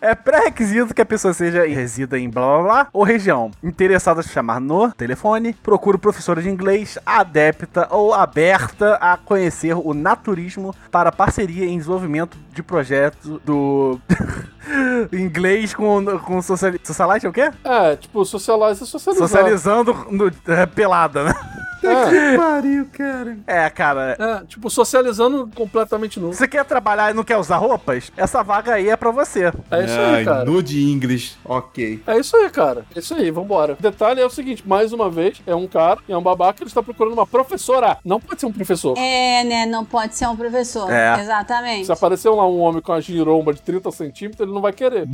Speaker 3: É pré-requisito que a pessoa seja resida em blá blá blá ou região. Interessada em chamar no telefone, procura professora de inglês adepta ou aberta a conhecer o naturismo para parceria em desenvolvimento de projeto do (laughs) inglês com, com sociali... socialite é o quê?
Speaker 1: É, tipo, socialize é socializar.
Speaker 3: Socializando no, é, pelada, né?
Speaker 1: É.
Speaker 2: Pariu, cara.
Speaker 3: É, cara.
Speaker 1: É, tipo, socializando completamente nu.
Speaker 3: Você quer trabalhar e não quer usar roupas? Essa vaga aí é pra você.
Speaker 1: É isso aí, cara.
Speaker 2: Nude English, ok. (laughs)
Speaker 1: É isso aí, cara. É isso aí, vambora. O detalhe é o seguinte: mais uma vez, é um cara, é um babaca, ele está procurando uma professora. Não pode ser um professor.
Speaker 4: (laughs) é, né, não pode ser um professor.
Speaker 3: É.
Speaker 4: Exatamente.
Speaker 1: Se apareceu lá um homem com a giromba de 30 centímetros, ele não vai querer. né?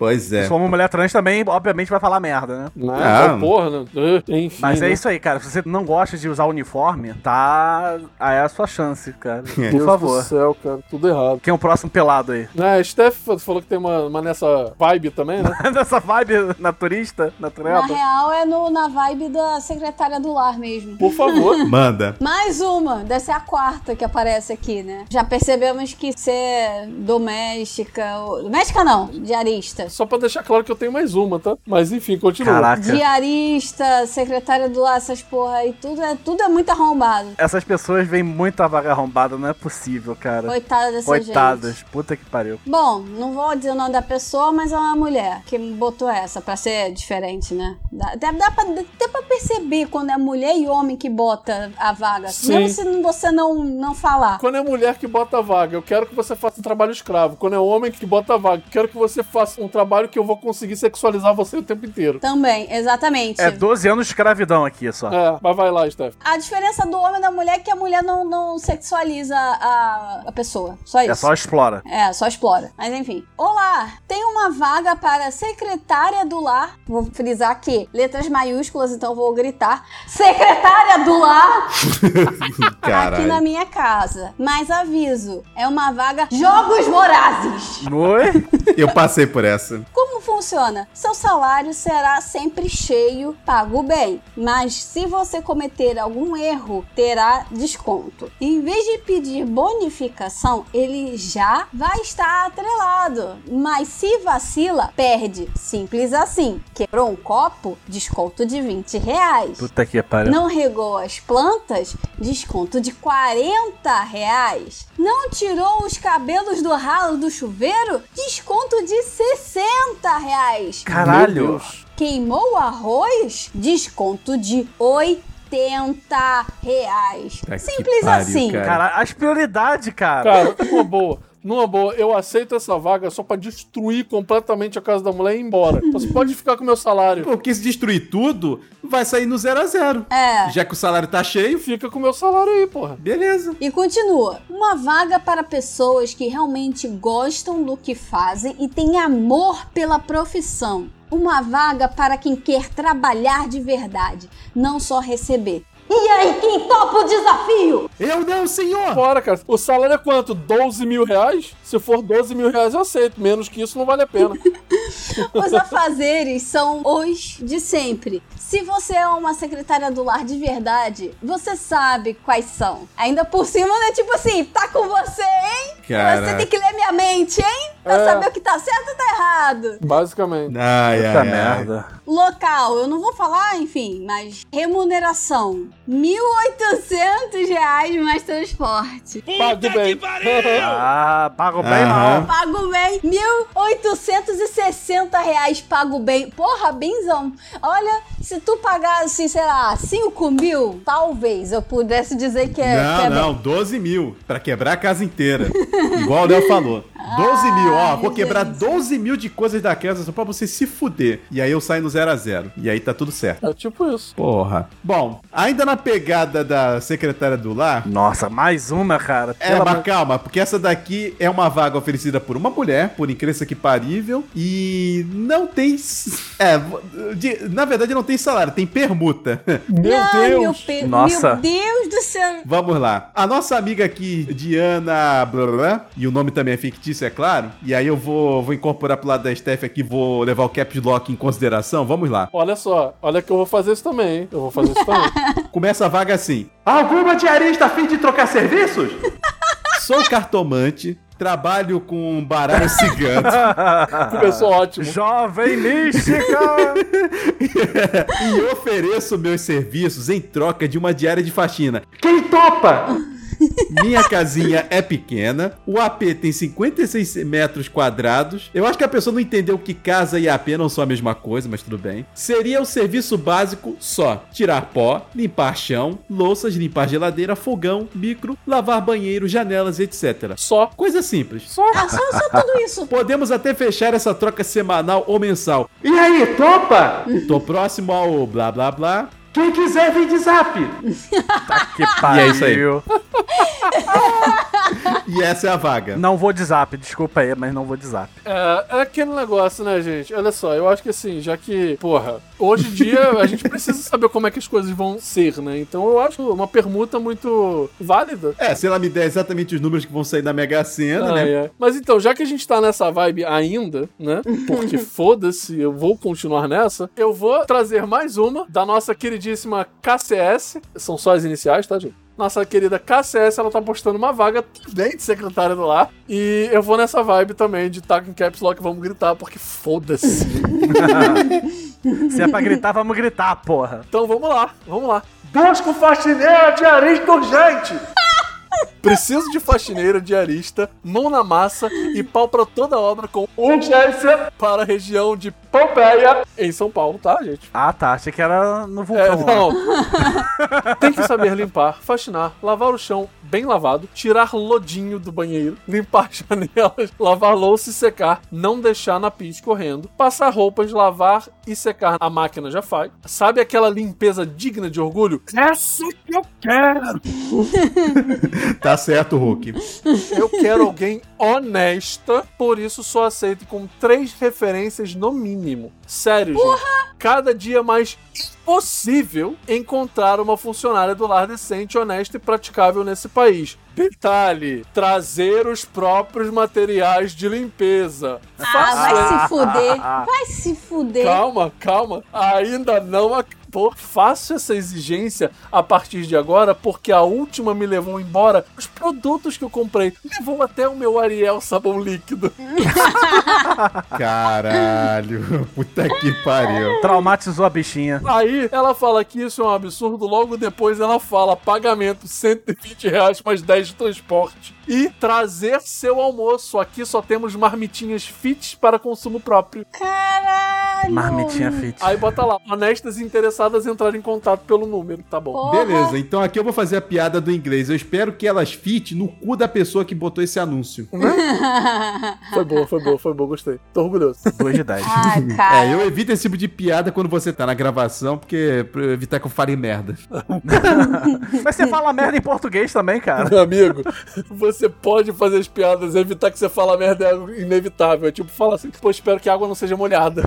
Speaker 2: pois é.
Speaker 3: Se for uma mulher trans também, obviamente vai falar merda, né?
Speaker 1: Né?
Speaker 2: Ah.
Speaker 1: Então, porra, né? Uh, Enfim.
Speaker 3: Mas é
Speaker 1: né?
Speaker 3: isso aí, cara. Se você não gosta de usar uniforme, tá. Aí é a sua chance, cara. Por
Speaker 1: Deus
Speaker 3: favor.
Speaker 1: do céu, cara, tudo errado.
Speaker 3: Quem é o próximo pelado aí? (laughs)
Speaker 1: Né, a Steph falou que tem uma, uma nessa vibe também, né?
Speaker 3: Nessa vibe naturista,
Speaker 4: Na
Speaker 3: natural.
Speaker 4: real, é no, na vibe da secretária do lar mesmo.
Speaker 1: Por favor.
Speaker 2: (laughs) Manda.
Speaker 4: Mais uma, deve ser a quarta que aparece aqui, né? Já percebemos que ser doméstica. ou- Doméstica não, diarista.
Speaker 1: Só pra deixar claro que eu tenho mais uma, tá? Mas enfim, continua.
Speaker 3: Caraca.
Speaker 4: Diarista, secretária do lar, essas porra aí, tudo é, tudo é muito arrombado.
Speaker 3: Essas pessoas veem muita vaga arrombada, não é possível, cara.
Speaker 4: Coitada dessa
Speaker 3: Coitadas.
Speaker 4: gente.
Speaker 3: Puta que pariu.
Speaker 4: Bom, não vou dizer o nome da pessoa, mas é uma mulher que me botou essa, pra ser diferente, né? Dá, dá, dá pra, dá pra perceber quando é mulher e homem que bota a vaga.
Speaker 1: Sim.
Speaker 4: Mesmo se você não, não falar.
Speaker 1: Quando é mulher que bota a vaga, eu quero que você faça um trabalho escravo. Quando é homem que bota a vaga, eu quero que você faça um trabalho que eu vou conseguir sexualizar você o tempo inteiro.
Speaker 4: Também, exatamente.
Speaker 3: É 12 anos de escravidão aqui só. só.
Speaker 1: É, mas vai lá, Steph.
Speaker 4: A diferença do homem e da mulher é que a mulher não, não sexualiza a, a pessoa. Só isso.
Speaker 3: É só explora.
Speaker 4: É, só explora. Mas enfim. Olá! Tem uma vaga para secretária do lar. Vou frisar aqui, letras maiúsculas, então vou gritar. Secretária do lar aqui na
Speaker 2: Caralho.
Speaker 4: minha casa. Mas aviso, é uma vaga Jogos Vorazes.
Speaker 3: Oi?
Speaker 4: (laughs)
Speaker 2: Eu passei por essa.
Speaker 4: Como funciona? Seu salário será sempre cheio, pago bem, mas se você cometer algum erro, terá desconto. Em vez de pedir bonificação, ele já vai estar atrelado, mas se vacila, perde. Simples assim. Quebrou um copo? Desconto de 20 reais.
Speaker 3: Puta que pariu.
Speaker 4: Não regou as plantas? Desconto de 40 reais. Não tirou os cabelos do ralo do chuveiro? Desconto de 60 reais.
Speaker 1: Meu
Speaker 3: Caralho.
Speaker 1: Deus.
Speaker 4: Queimou o arroz? Desconto de 80 reais.
Speaker 2: Tá que
Speaker 4: Simples
Speaker 2: pariu,
Speaker 4: assim.
Speaker 2: cara.
Speaker 3: Caralho, as prioridades, cara.
Speaker 1: Cara, numa boa. Numa boa, eu aceito essa vaga só pra destruir completamente a casa da mulher e ir embora. Então, Você pode ficar com o meu salário.
Speaker 2: Porque se destruir tudo, vai sair no zero a zero.
Speaker 4: É.
Speaker 2: Já que o salário tá cheio,
Speaker 1: Fica com o meu salário aí, porra.
Speaker 2: beleza.
Speaker 4: E continua. Uma vaga para pessoas que realmente gostam do que fazem e têm amor pela profissão. Uma vaga para quem quer trabalhar de verdade, não só receber. E aí, quem topa o desafio?
Speaker 2: Eu não, senhor!
Speaker 1: Bora, cara. O salário é quanto? 12 mil reais? Se for 12 mil reais, eu aceito. Menos que isso não vale a pena.
Speaker 4: Os afazeres são os de sempre. Se você é uma secretária do lar de verdade, você sabe quais são. Ainda por cima, né? Tipo assim, tá com você, hein? Você tem
Speaker 2: Cara.
Speaker 4: que ler minha mente, hein? Pra
Speaker 1: É.
Speaker 4: saber o que tá certo e tá errado.
Speaker 1: Basicamente.
Speaker 2: Ai,
Speaker 3: Puta
Speaker 2: ai, ai.
Speaker 3: merda.
Speaker 4: Local, eu não vou falar, enfim, mas remuneração: R$ reais mais transporte.
Speaker 1: Pague bem.
Speaker 3: Ah, pagou bem
Speaker 2: Aham.
Speaker 3: mal.
Speaker 4: Pago bem, R$ reais pago bem. Porra, benzão. Olha, se tu pagasse, sei lá, 5 mil, talvez eu pudesse dizer que é. que
Speaker 2: Não,
Speaker 4: é bem.
Speaker 2: não, 12 mil. Pra quebrar a casa inteira. Igual o Léo falou. 12 mil, ó. Vou
Speaker 4: Ai,
Speaker 2: quebrar
Speaker 4: gente.
Speaker 2: 12 mil de coisas da casa só pra você se fuder. E aí eu saio no zero a zero. E aí tá tudo
Speaker 1: (laughs)
Speaker 2: certo.
Speaker 1: É tipo isso.
Speaker 2: Porra. Bom, ainda na pegada da secretária do lar,
Speaker 3: Nossa, mais uma, cara.
Speaker 2: É,
Speaker 3: Hum, Pelo
Speaker 2: mas
Speaker 3: amor-
Speaker 2: calma, porque essa daqui é uma vaga oferecida por uma mulher, por incrível que parível, e não tem. s- É, de- na verdade não tem salário, tem permuta. (laughs)
Speaker 1: Meu
Speaker 4: Ai, meu,
Speaker 1: Deus.
Speaker 4: pe-
Speaker 3: Nossa.
Speaker 4: meu Deus do céu.
Speaker 2: Vamos lá. A nossa amiga aqui, Diana. Blá, blá, blá, e o nome também é fictício, é claro. E aí eu vou, vou incorporar pro lado da Steph aqui, vou levar o caps lock em consideração. Vamos lá.
Speaker 1: Olha só. Olha que eu vou fazer isso também, hein? Eu vou fazer isso também.
Speaker 2: Começa a vaga assim. Alguma diarista a fim de trocar serviços? (laughs) Sou cartomante, trabalho com baralho cigano.
Speaker 1: Começou ótimo.
Speaker 3: Jovem mística!
Speaker 2: e ofereço meus serviços em troca de uma diária de faxina. Quem topa? Minha casinha é pequena, o AP tem 56 metros quadrados. Eu acho que a pessoa não entendeu que casa e AP não são a mesma coisa, mas tudo bem. Seria o serviço básico só: tirar pó, limpar chão, louças, limpar geladeira, fogão, micro, lavar banheiro, janelas, etc.
Speaker 1: Só.
Speaker 2: Coisa simples.
Speaker 1: Só.
Speaker 4: Ah, só, só tudo isso.
Speaker 2: Podemos até fechar essa troca semanal ou mensal. E aí, topa? Tô próximo ao blá blá blá. Quem quiser, vem de zap.
Speaker 3: Tá
Speaker 2: (laughs)
Speaker 3: que pariu.
Speaker 2: é isso aí. E essa é a vaga.
Speaker 3: Não vou de zap, desculpa aí, mas não vou de zap.
Speaker 1: É, é aquele negócio, né, gente? Olha só, eu acho que assim, já que, porra, hoje em dia a gente precisa saber como é que as coisas vão ser, né? Então eu acho uma permuta muito válida.
Speaker 2: É, se ela me der exatamente os números que vão sair da Mega Sena,
Speaker 1: Ah,
Speaker 2: né?
Speaker 1: é. Mas então, já que a gente tá nessa vibe ainda, né? Porque foda-se, eu vou continuar nessa. Eu vou trazer mais uma da nossa queridíssima KCS. São só as iniciais, tá, gente? Nossa querida KCS, ela tá postando uma vaga também de secretária do lar. E eu vou nessa vibe também de tá com caps lock, vamos gritar, porque foda-se.
Speaker 3: Se é pra gritar, vamos gritar, porra.
Speaker 1: Então vamos lá, vamos lá. Busca o faxineiro diarista urgente! (laughs) Preciso de faxineiro, diarista, mão na massa e pau pra toda obra com
Speaker 6: urgência,
Speaker 1: para a região de
Speaker 6: Pompeia,
Speaker 1: em São Paulo, tá, gente?
Speaker 3: Ah, tá. Achei que era no
Speaker 1: É,
Speaker 3: vulcão. lá.
Speaker 1: não. (laughs) Tem que saber limpar, faxinar, lavar o chão bem lavado, tirar lodinho do banheiro, limpar as (laughs) janelas, lavar louça e secar, não deixar na pia escorrendo, passar roupas, lavar e secar a máquina já faz. Sabe aquela limpeza digna de orgulho?
Speaker 6: essa que eu quero.
Speaker 1: é.
Speaker 2: Tá certo, Hulk.
Speaker 1: Eu quero alguém honesta, por isso só aceito com três referências no mínimo. Sério, gente. Cada dia mais impossível encontrar uma funcionária do lar decente, honesta e praticável nesse país. Detalhe: trazer os próprios materiais de limpeza. É
Speaker 4: Ah, vai se fuder.
Speaker 3: ah, ah.
Speaker 4: Vai se fuder.
Speaker 1: Calma, calma. Ainda não acabou. Faço essa exigência a partir de agora, porque a última me levou embora os produtos que eu comprei. Levou até o meu Ariel sabão líquido.
Speaker 2: Caralho. (laughs) Puta que pariu.
Speaker 3: Traumatizou a bichinha.
Speaker 1: Aí ela fala que isso é um absurdo, logo depois ela fala pagamento 120 reais mais 10 de transporte. E trazer seu almoço. Aqui só temos marmitinhas fit para consumo próprio.
Speaker 4: Caralho.
Speaker 3: Marmitinha fit.
Speaker 1: Aí bota lá, honestas e interessadas entrarem em contato pelo número, tá bom.
Speaker 4: Porra.
Speaker 2: Beleza, então aqui eu vou fazer a piada do inglês. Eu espero que elas fit no cu da pessoa que botou esse anúncio.
Speaker 1: Foi boa, foi boa, foi boa, gostei. Tô orgulhoso.
Speaker 3: 2 de 10.
Speaker 4: Ai, cara.
Speaker 2: É, eu evito esse tipo de piada quando você tá na gravação, porque pra eu evitar que eu fale merda.
Speaker 3: Mas você fala merda em português também, cara.
Speaker 1: Meu amigo, você pode fazer as piadas, evitar que você fala merda é algo inevitável. É tipo, fala assim, pô, espero que a água não seja molhada.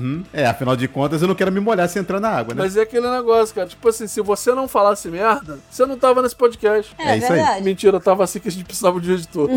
Speaker 2: Uhum. É, afinal de contas, eu não quero me molhar se entrar na água,
Speaker 1: (laughs)
Speaker 2: né?
Speaker 1: Mas é aquele negócio, cara. Tipo assim, se você não falasse merda, você não tava nesse podcast.
Speaker 4: É,
Speaker 2: É isso aí.
Speaker 4: verdade.
Speaker 1: Mentira, tava assim que a gente precisava de um editor.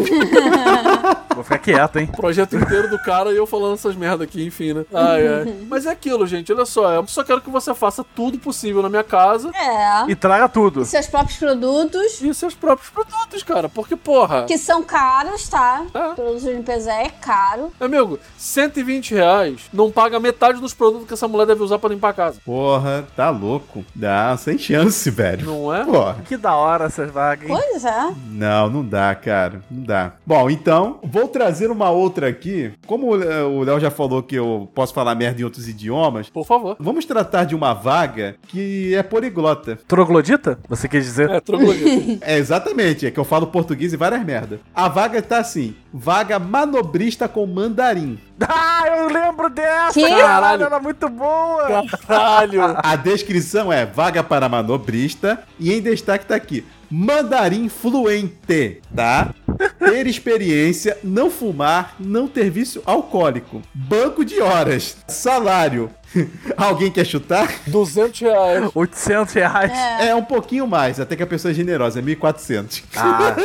Speaker 3: Vou ficar quieto, hein?
Speaker 1: O projeto inteiro do cara e eu falando essas merda aqui, enfim, né? Ai, ai. Mas é aquilo, gente. Olha só, eu só quero que você faça tudo possível na minha casa
Speaker 4: É.
Speaker 3: E traga tudo.
Speaker 4: Seus próprios produtos,
Speaker 1: e seus próprios produtos, cara. Porque, porra.
Speaker 4: que são caros, tá?
Speaker 1: Ah.
Speaker 4: Produtos de limpeza é caro.
Speaker 1: Amigo, 120 reais não paga metade dos produtos que essa mulher deve usar pra limpar a casa.
Speaker 2: Porra, tá louco. Dá, sem chance, velho.
Speaker 1: Não é?
Speaker 2: Porra.
Speaker 3: Que da hora essas vagas, hein?
Speaker 4: Pois é.
Speaker 2: Não, não dá, cara. Não dá. Bom, então, vou trazer uma outra aqui. Como o Le- o Léo já falou que eu posso falar merda em outros idiomas,
Speaker 1: Por favor.
Speaker 2: vamos tratar de uma vaga que é poliglota.
Speaker 3: Troglodita? Você quer dizer?
Speaker 1: É,
Speaker 2: (laughs)
Speaker 1: troglodita.
Speaker 2: É exatamente, é que eu falo português e várias merda. A vaga tá assim: vaga manobrista com mandarim.
Speaker 3: Ah, eu lembro dessa!
Speaker 4: Que?
Speaker 3: Caralho, era muito
Speaker 1: Tá
Speaker 3: boa!
Speaker 1: Caralho.
Speaker 2: A descrição é vaga para manobrista e em destaque tá aqui: mandarim fluente, tá? Ter experiência, não fumar, não ter vício alcoólico. Banco de horas, salário. (laughs) Alguém quer chutar?
Speaker 1: 200 reais.
Speaker 3: 800 reais.
Speaker 2: É um pouquinho mais, até que a pessoa é generosa, é 1400.
Speaker 3: Ah,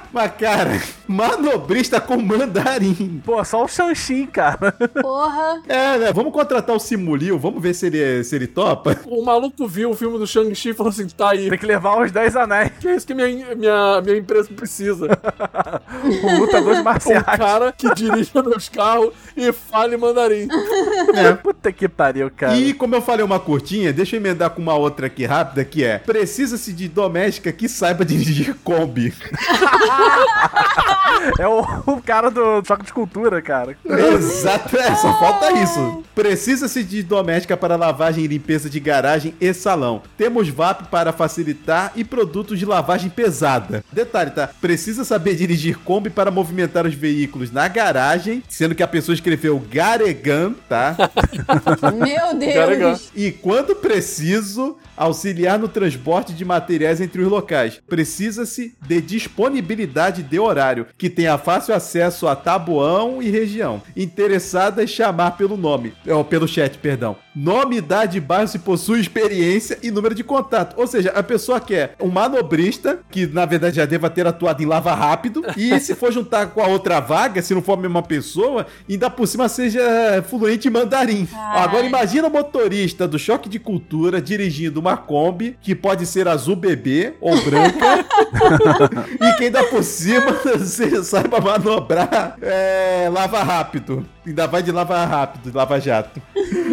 Speaker 2: (laughs) Mas cara, manobrista com mandarim.
Speaker 3: pô, só o Xanxim, cara. (laughs)
Speaker 4: Porra.
Speaker 2: É, né? Vamos contratar o Simulio, vamos ver se ele, é, se ele topa.
Speaker 1: O maluco viu o filme do Shang-Chi e falou assim: tá aí.
Speaker 3: Tem que levar os 10 anéis. (laughs)
Speaker 1: Que é isso que minha, minha, minha empresa (laughs) precisa.
Speaker 3: O lutador de
Speaker 1: Um
Speaker 3: marciais.
Speaker 1: cara que dirija meus carros e fale mandarim.
Speaker 3: Puta que pariu, cara.
Speaker 2: E como eu falei uma curtinha, deixa eu emendar com uma outra aqui rápida, que é Precisa-se de doméstica que saiba (laughs) dirigir Kombi.
Speaker 3: É o, o cara do choque de cultura, cara.
Speaker 2: Exato, é, só falta isso. Precisa-se de doméstica para lavagem e limpeza de garagem e salão. Temos VAP para facilitar e produtos de lavagem pesada. Detalhe, tá? Precisa saber dirigir Kombi para movimentar os veículos na garagem, sendo que a pessoa escreveu Garegan, tá?
Speaker 1: (laughs)
Speaker 4: Meu
Speaker 1: Carregando.
Speaker 4: Deus.
Speaker 2: E quando preciso, auxiliar no transporte de materiais entre os locais. Precisa-se de disponibilidade de horário, que tenha fácil acesso a Taboão e região. Interessada em chamar pelo nome, ou pelo chat, perdão. Nome, idade, bairro, se possui experiência e número de contato. Ou seja, a pessoa quer um manobrista, que na verdade já deva ter atuado em lava rápido, (laughs) e se for juntar com a outra vaga, se não for a mesma pessoa, ainda por cima seja fluente em mandarim. Agora imagina o motorista do choque de cultura dirigindo uma Kombi, que pode ser azul bebê ou (laughs) branca, e quem dá por cima se- saiba manobrar é, lava rápido. Ainda vai de lava rápido, lava jato.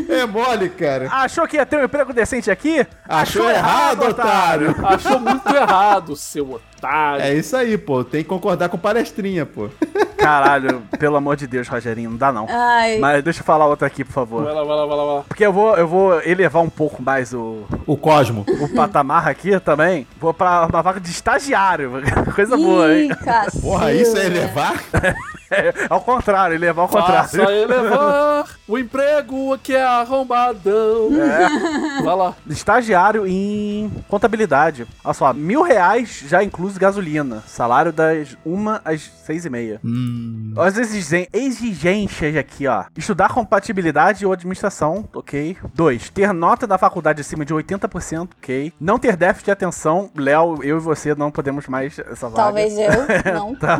Speaker 2: é mole, cara.
Speaker 3: Achou que ia ter um emprego decente aqui?
Speaker 2: Achou errado, otário.
Speaker 1: Achou muito errado, seu otário.
Speaker 2: É isso aí, pô. Tem que concordar com palestrinha, pô.
Speaker 3: Caralho, pelo amor de Deus, Rogerinho, não dá não.
Speaker 4: Ai,
Speaker 3: Mas deixa eu falar outra aqui, por favor.
Speaker 1: Vai lá, vai lá, vai lá, vai lá.
Speaker 3: Porque eu vou, eu vou elevar um pouco mais o,
Speaker 2: O Cosmo.
Speaker 4: (laughs)
Speaker 3: o patamar aqui também. Vou pra uma vaga de estagiário. (laughs) Coisa tá boa, hein?
Speaker 4: ih, cacilda.
Speaker 2: Porra, isso é elevar?
Speaker 3: É, ao contrário, elevar ao
Speaker 1: Faça
Speaker 3: contrário.
Speaker 1: elevar o emprego que é arrombadão. Vai lá.
Speaker 3: Estagiário em contabilidade. Olha só, mil reais já incluso gasolina. Salário das uma às seis e meia.
Speaker 2: Hum.
Speaker 3: As exigen- exigências aqui, ó. Estudar compatibilidade ou administração, ok. 2. Ter nota da faculdade acima de 80%, ok. Não ter déficit de atenção. Léo, eu e você não podemos mais essa vaga.
Speaker 4: Talvez
Speaker 1: (laughs) É,
Speaker 4: eu, não.
Speaker 1: tá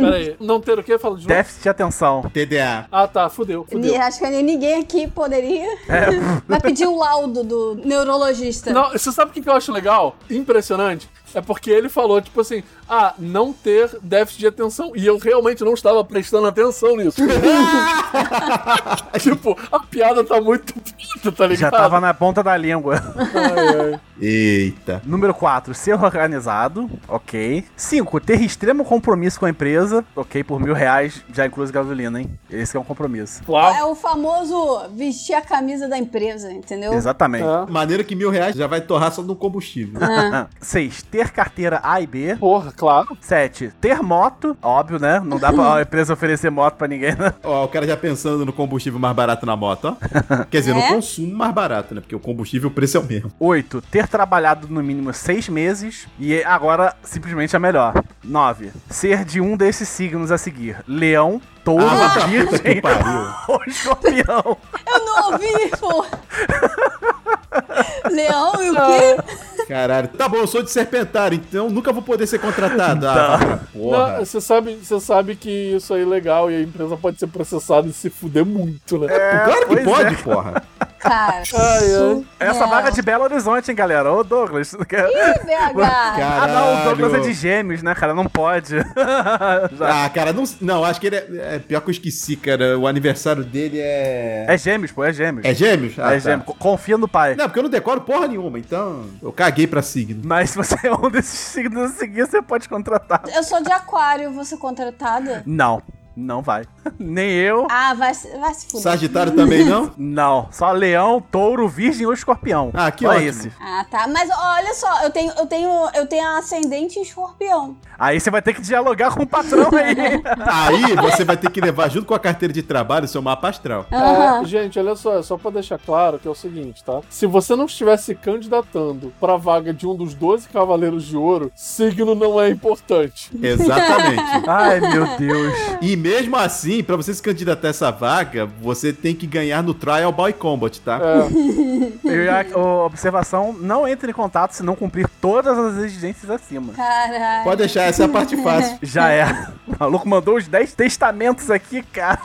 Speaker 1: Pera aí. Não ter o quê? Fala de novo.
Speaker 3: Déficit de atenção.
Speaker 2: TDA.
Speaker 1: Ah, tá. Fudeu,
Speaker 4: Ni-
Speaker 1: fudeu.
Speaker 4: Acho que nem ninguém aqui poderia. (laughs) Vai pedir o laudo do neurologista.
Speaker 1: É. Não, você sabe o que que eu acho legal? Impressionante. É porque ele falou, tipo assim, ah, não ter déficit de atenção. E eu realmente não estava prestando atenção nisso. tipo, a piada tá muito puta, tá ligado?
Speaker 3: Já tava na ponta da língua.
Speaker 1: Ai, ai.
Speaker 2: Eita.
Speaker 3: Número 4, ser organizado, ok. 5, ter extremo compromisso com a empresa, ok, por mil reais, já incluso gasolina, hein? Esse que é um compromisso.
Speaker 1: Claro.
Speaker 4: É o famoso vestir a camisa da empresa, entendeu?
Speaker 3: Exatamente.
Speaker 1: É.
Speaker 2: Maneiro que mil reais já vai torrar só no combustível.
Speaker 3: (laughs) 6, ter carteira A e B.
Speaker 1: Porra, claro.
Speaker 3: 7. Ter moto. Óbvio, né? Não dá pra a empresa oferecer moto pra ninguém, né?
Speaker 2: Ó, o cara já pensando no combustível mais barato na moto, ó. Quer dizer,
Speaker 4: É?
Speaker 2: no consumo mais barato, né? Porque o combustível, o preço é o mesmo.
Speaker 3: 8. Ter trabalhado no mínimo 6 meses. E agora, simplesmente é melhor. 9. Ser de um desses signos a seguir: Leão, Touro,
Speaker 2: Ah, puta que
Speaker 3: Virgem (laughs)
Speaker 2: pariu.
Speaker 3: ou Escorpião.
Speaker 4: Eu
Speaker 1: (laughs)
Speaker 4: não ouvi, pô! Leão e o quê?
Speaker 2: Caralho. Tá bom, eu sou de serpentário, então nunca vou poder ser contratado. Ah, vai pra
Speaker 1: Não,
Speaker 2: porra.
Speaker 1: Você sabe, você sabe que isso aí é legal e a empresa pode ser processada e se fuder muito, né?
Speaker 2: claro que
Speaker 3: pois é.
Speaker 2: pode, porra.
Speaker 4: Cara,
Speaker 1: ai.
Speaker 3: Essa vaga é de Belo Horizonte, hein, galera? Ô, Douglas. (laughs) tu quer-
Speaker 4: Ih, BH!
Speaker 3: Ah, não, o Douglas é
Speaker 2: Caralho.
Speaker 3: de né? gêmeos, né, cara?
Speaker 2: (laughs)
Speaker 3: Não pode. Já-
Speaker 2: Ah, cara, não, não, acho que ele é, é pior que eu esqueci, cara. O aniversário dele é.
Speaker 3: É gêmeos, pô, é gêmeos.
Speaker 2: É gêmeos? Ah,
Speaker 3: É gêmeo. Co- Confia no pai.
Speaker 2: Não, porque eu não decoro porra nenhuma, então. Eu caguei pra signo.
Speaker 3: Mas se você é um desses signos a seguir, você pode contratar.
Speaker 4: Eu sou de aquário, vou ser contratada?
Speaker 3: Não, não vai. (laughs) Nem eu.
Speaker 4: Ah, vai, se- vai se fuder.
Speaker 2: Sagitário também não?
Speaker 3: Não, só leão, touro, virgem ou escorpião.
Speaker 2: Ah, que
Speaker 3: Só
Speaker 2: ótimo.
Speaker 3: esse.
Speaker 4: Ah, tá. Mas olha só, eu tenho, eu tenho, eu tenho ascendente em escorpião.
Speaker 3: Aí você vai ter que dialogar com o patrão
Speaker 2: (laughs)
Speaker 3: aí.
Speaker 2: Aí você vai ter que levar junto com a carteira de trabalho o seu mapa astral.
Speaker 1: É,
Speaker 4: Aham.
Speaker 1: gente, olha só, é só pra deixar claro que é o seguinte, tá? Se você não estiver se candidatando pra vaga de um dos 12 Cavaleiros de Ouro, signo não é importante.
Speaker 2: Exatamente.
Speaker 3: Ai, meu Deus.
Speaker 2: E mesmo assim, pra você se candidatar a essa vaga, você tem que ganhar no Trial by Combat, tá?
Speaker 1: É,
Speaker 3: E a o- observação, não entre em contato se não cumprir todas as exigências acima.
Speaker 4: Caralho.
Speaker 2: Pode deixar, essa é a parte fácil.
Speaker 3: Já é. (laughs) O maluco mandou os 10 testamentos aqui, cara.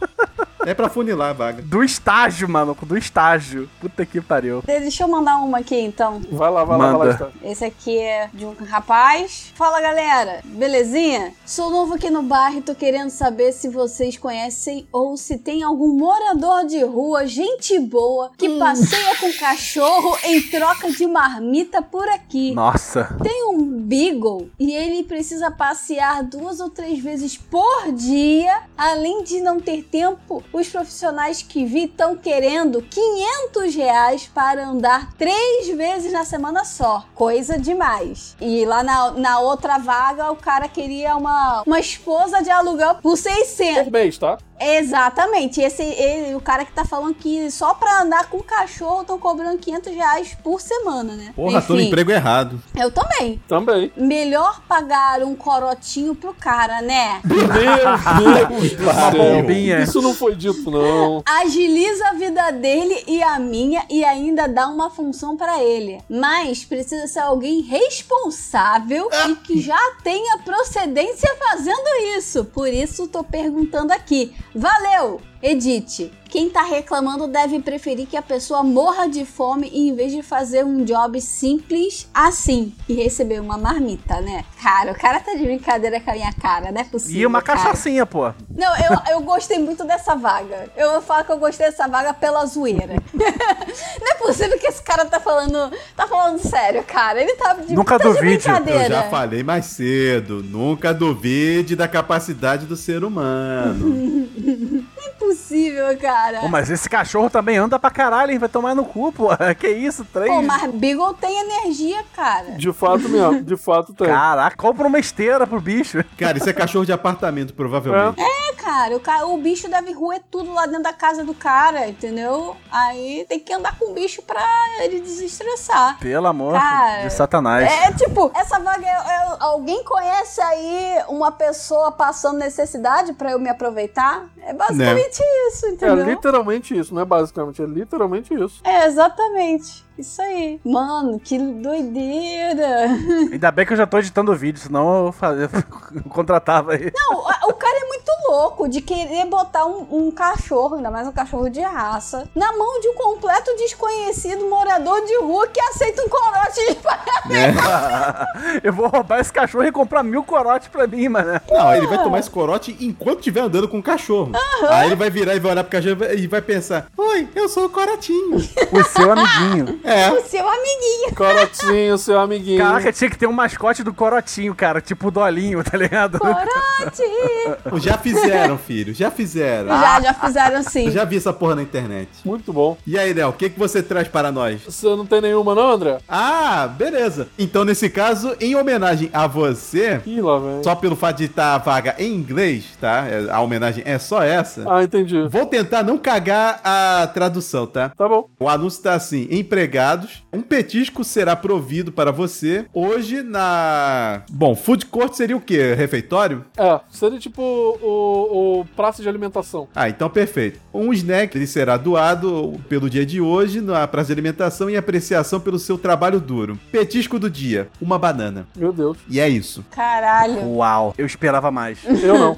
Speaker 2: É pra funilar a vaga.
Speaker 3: Do estágio, maluco, do estágio. Puta que pariu.
Speaker 4: Deixa eu mandar uma aqui então.
Speaker 1: vai lá, vai lá, vai
Speaker 3: Manda.
Speaker 1: lá. Stan.
Speaker 4: Esse aqui é de um rapaz. Fala galera, belezinha? Sou novo aqui no bairro e tô querendo saber se vocês conhecem ou se tem algum morador de rua, gente boa, que passeia com cachorro em troca de marmita por aqui.
Speaker 3: Nossa.
Speaker 4: Tem um beagle e ele precisa passear duas ou três vezes por dia, além de não ter tempo. Os profissionais que vi estão querendo 500 reais para andar três vezes na semana só. Coisa demais. E lá na, na outra vaga, o cara queria uma, uma esposa de aluguel por 600.
Speaker 1: Por mês, tá?
Speaker 4: Exatamente. Esse, ele- o cara que tá falando que só pra andar com cachorro estão cobrando 500 reais por semana, né?
Speaker 2: Porra, tô no emprego errado.
Speaker 4: Eu também.
Speaker 3: (laughs)
Speaker 1: Também.
Speaker 4: Melhor pagar um corotinho pro cara, né?
Speaker 1: Meu Deus do
Speaker 2: Uma
Speaker 1: céu.
Speaker 3: bombinha.
Speaker 1: Isso não foi dito, não.
Speaker 3: Então,
Speaker 4: Agiliza a vida dele e a minha e ainda dá uma função pra ele. Mas precisa ser alguém responsável e que já tenha procedência fazendo isso. Por isso tô perguntando aqui. Valeu! Edite. Quem tá reclamando deve preferir que a pessoa morra de fome em vez de fazer um job simples assim e receber uma marmita, né? Cara, o cara tá de brincadeira com a minha cara, não é possível.
Speaker 3: E uma
Speaker 4: cara.
Speaker 3: cachaçinha, pô.
Speaker 4: Não, eu, eu gostei muito dessa vaga. Eu falo que eu gostei dessa vaga pela zoeira. (laughs) não é possível que esse cara tá falando. Tá falando sério, cara. Ele tá de,
Speaker 3: Nunca
Speaker 4: tá de
Speaker 3: duvide.
Speaker 4: brincadeira.
Speaker 2: Eu já falei mais cedo, nunca duvide da capacidade do ser humano.
Speaker 4: Não é possível, cara.
Speaker 3: Pô, mas esse cachorro também anda pra caralho, hein? Vai tomar no cu, pô. (laughs) Que isso, três.
Speaker 4: Pô, mas Beagle tem energia, cara.
Speaker 1: De fato mesmo, de fato tem. É
Speaker 3: Caraca, compra uma esteira pro bicho. (laughs)
Speaker 2: Cara, isso é cachorro de apartamento, provavelmente.
Speaker 4: É, cara, o, ca- o bicho deve roer tudo lá dentro da casa do cara, entendeu? Aí tem que andar com o bicho pra ele desestressar.
Speaker 3: Pelo amor
Speaker 4: Cara,
Speaker 3: de Satanás.
Speaker 4: É tipo, essa vaga é, é- Alguém conhece aí uma pessoa passando necessidade pra eu me aproveitar? É basicamente isso,
Speaker 1: É
Speaker 4: entendeu?
Speaker 1: literalmente isso, não é basicamente, é literalmente isso.
Speaker 4: É, exatamente. Isso aí. Mano, que doideira. (laughs)
Speaker 3: Ainda bem que eu já tô editando o vídeo, senão eu, fazia, (laughs) eu contratava aí.
Speaker 4: Não, o- o cara é muito louco de querer botar um, um cachorro, ainda mais um cachorro de raça, na mão de um completo desconhecido morador de rua que aceita um corote (laughs) de
Speaker 2: né?
Speaker 3: (laughs) eu vou roubar esse cachorro e comprar mil corotes pra mim, mano.
Speaker 2: Não, ele vai tomar esse corote enquanto estiver andando com o cachorro. Aí ele vai virar e vai olhar pro cachorro e vai- e vai pensar: Oi, eu sou o corotinho.
Speaker 3: O seu amiguinho.
Speaker 2: É.
Speaker 4: o seu um amiguinho.
Speaker 1: Corotinho, seu amiguinho.
Speaker 3: Caraca, tinha que ter um mascote do corotinho, cara. Tipo o dolinho, tá ligado?
Speaker 4: Corote!
Speaker 2: Já fizeram, filho, já fizeram.
Speaker 4: já, já fizeram assim.
Speaker 2: Eu já vi essa porra na internet.
Speaker 1: Muito bom.
Speaker 2: E aí, Léo, o que, que você traz para nós?
Speaker 1: Você não tem nenhuma, não, André?
Speaker 2: Ah, beleza. Então, nesse caso, em homenagem a você,
Speaker 1: Ih, lá, velho.
Speaker 2: só pelo fato de estar a vaga em inglês, tá? É, A homenagem é só essa.
Speaker 3: Tá.
Speaker 1: Ah, entendi.
Speaker 2: Vou tentar não cagar a tradução, tá?
Speaker 1: Tá bom.
Speaker 2: O anúncio tá assim: empregados, um petisco será provido para você hoje na. Bom, food court seria o quê? Refeitório?
Speaker 1: É, seria tipo o, o praça de alimentação.
Speaker 2: Ah, então perfeito. Um snack ele será doado pelo dia de hoje na praça de alimentação e apreciação pelo seu trabalho duro. Petisco do dia, uma banana.
Speaker 1: Meu Deus.
Speaker 2: E é isso.
Speaker 4: Caralho.
Speaker 3: Uau, eu esperava mais.
Speaker 1: Eu não.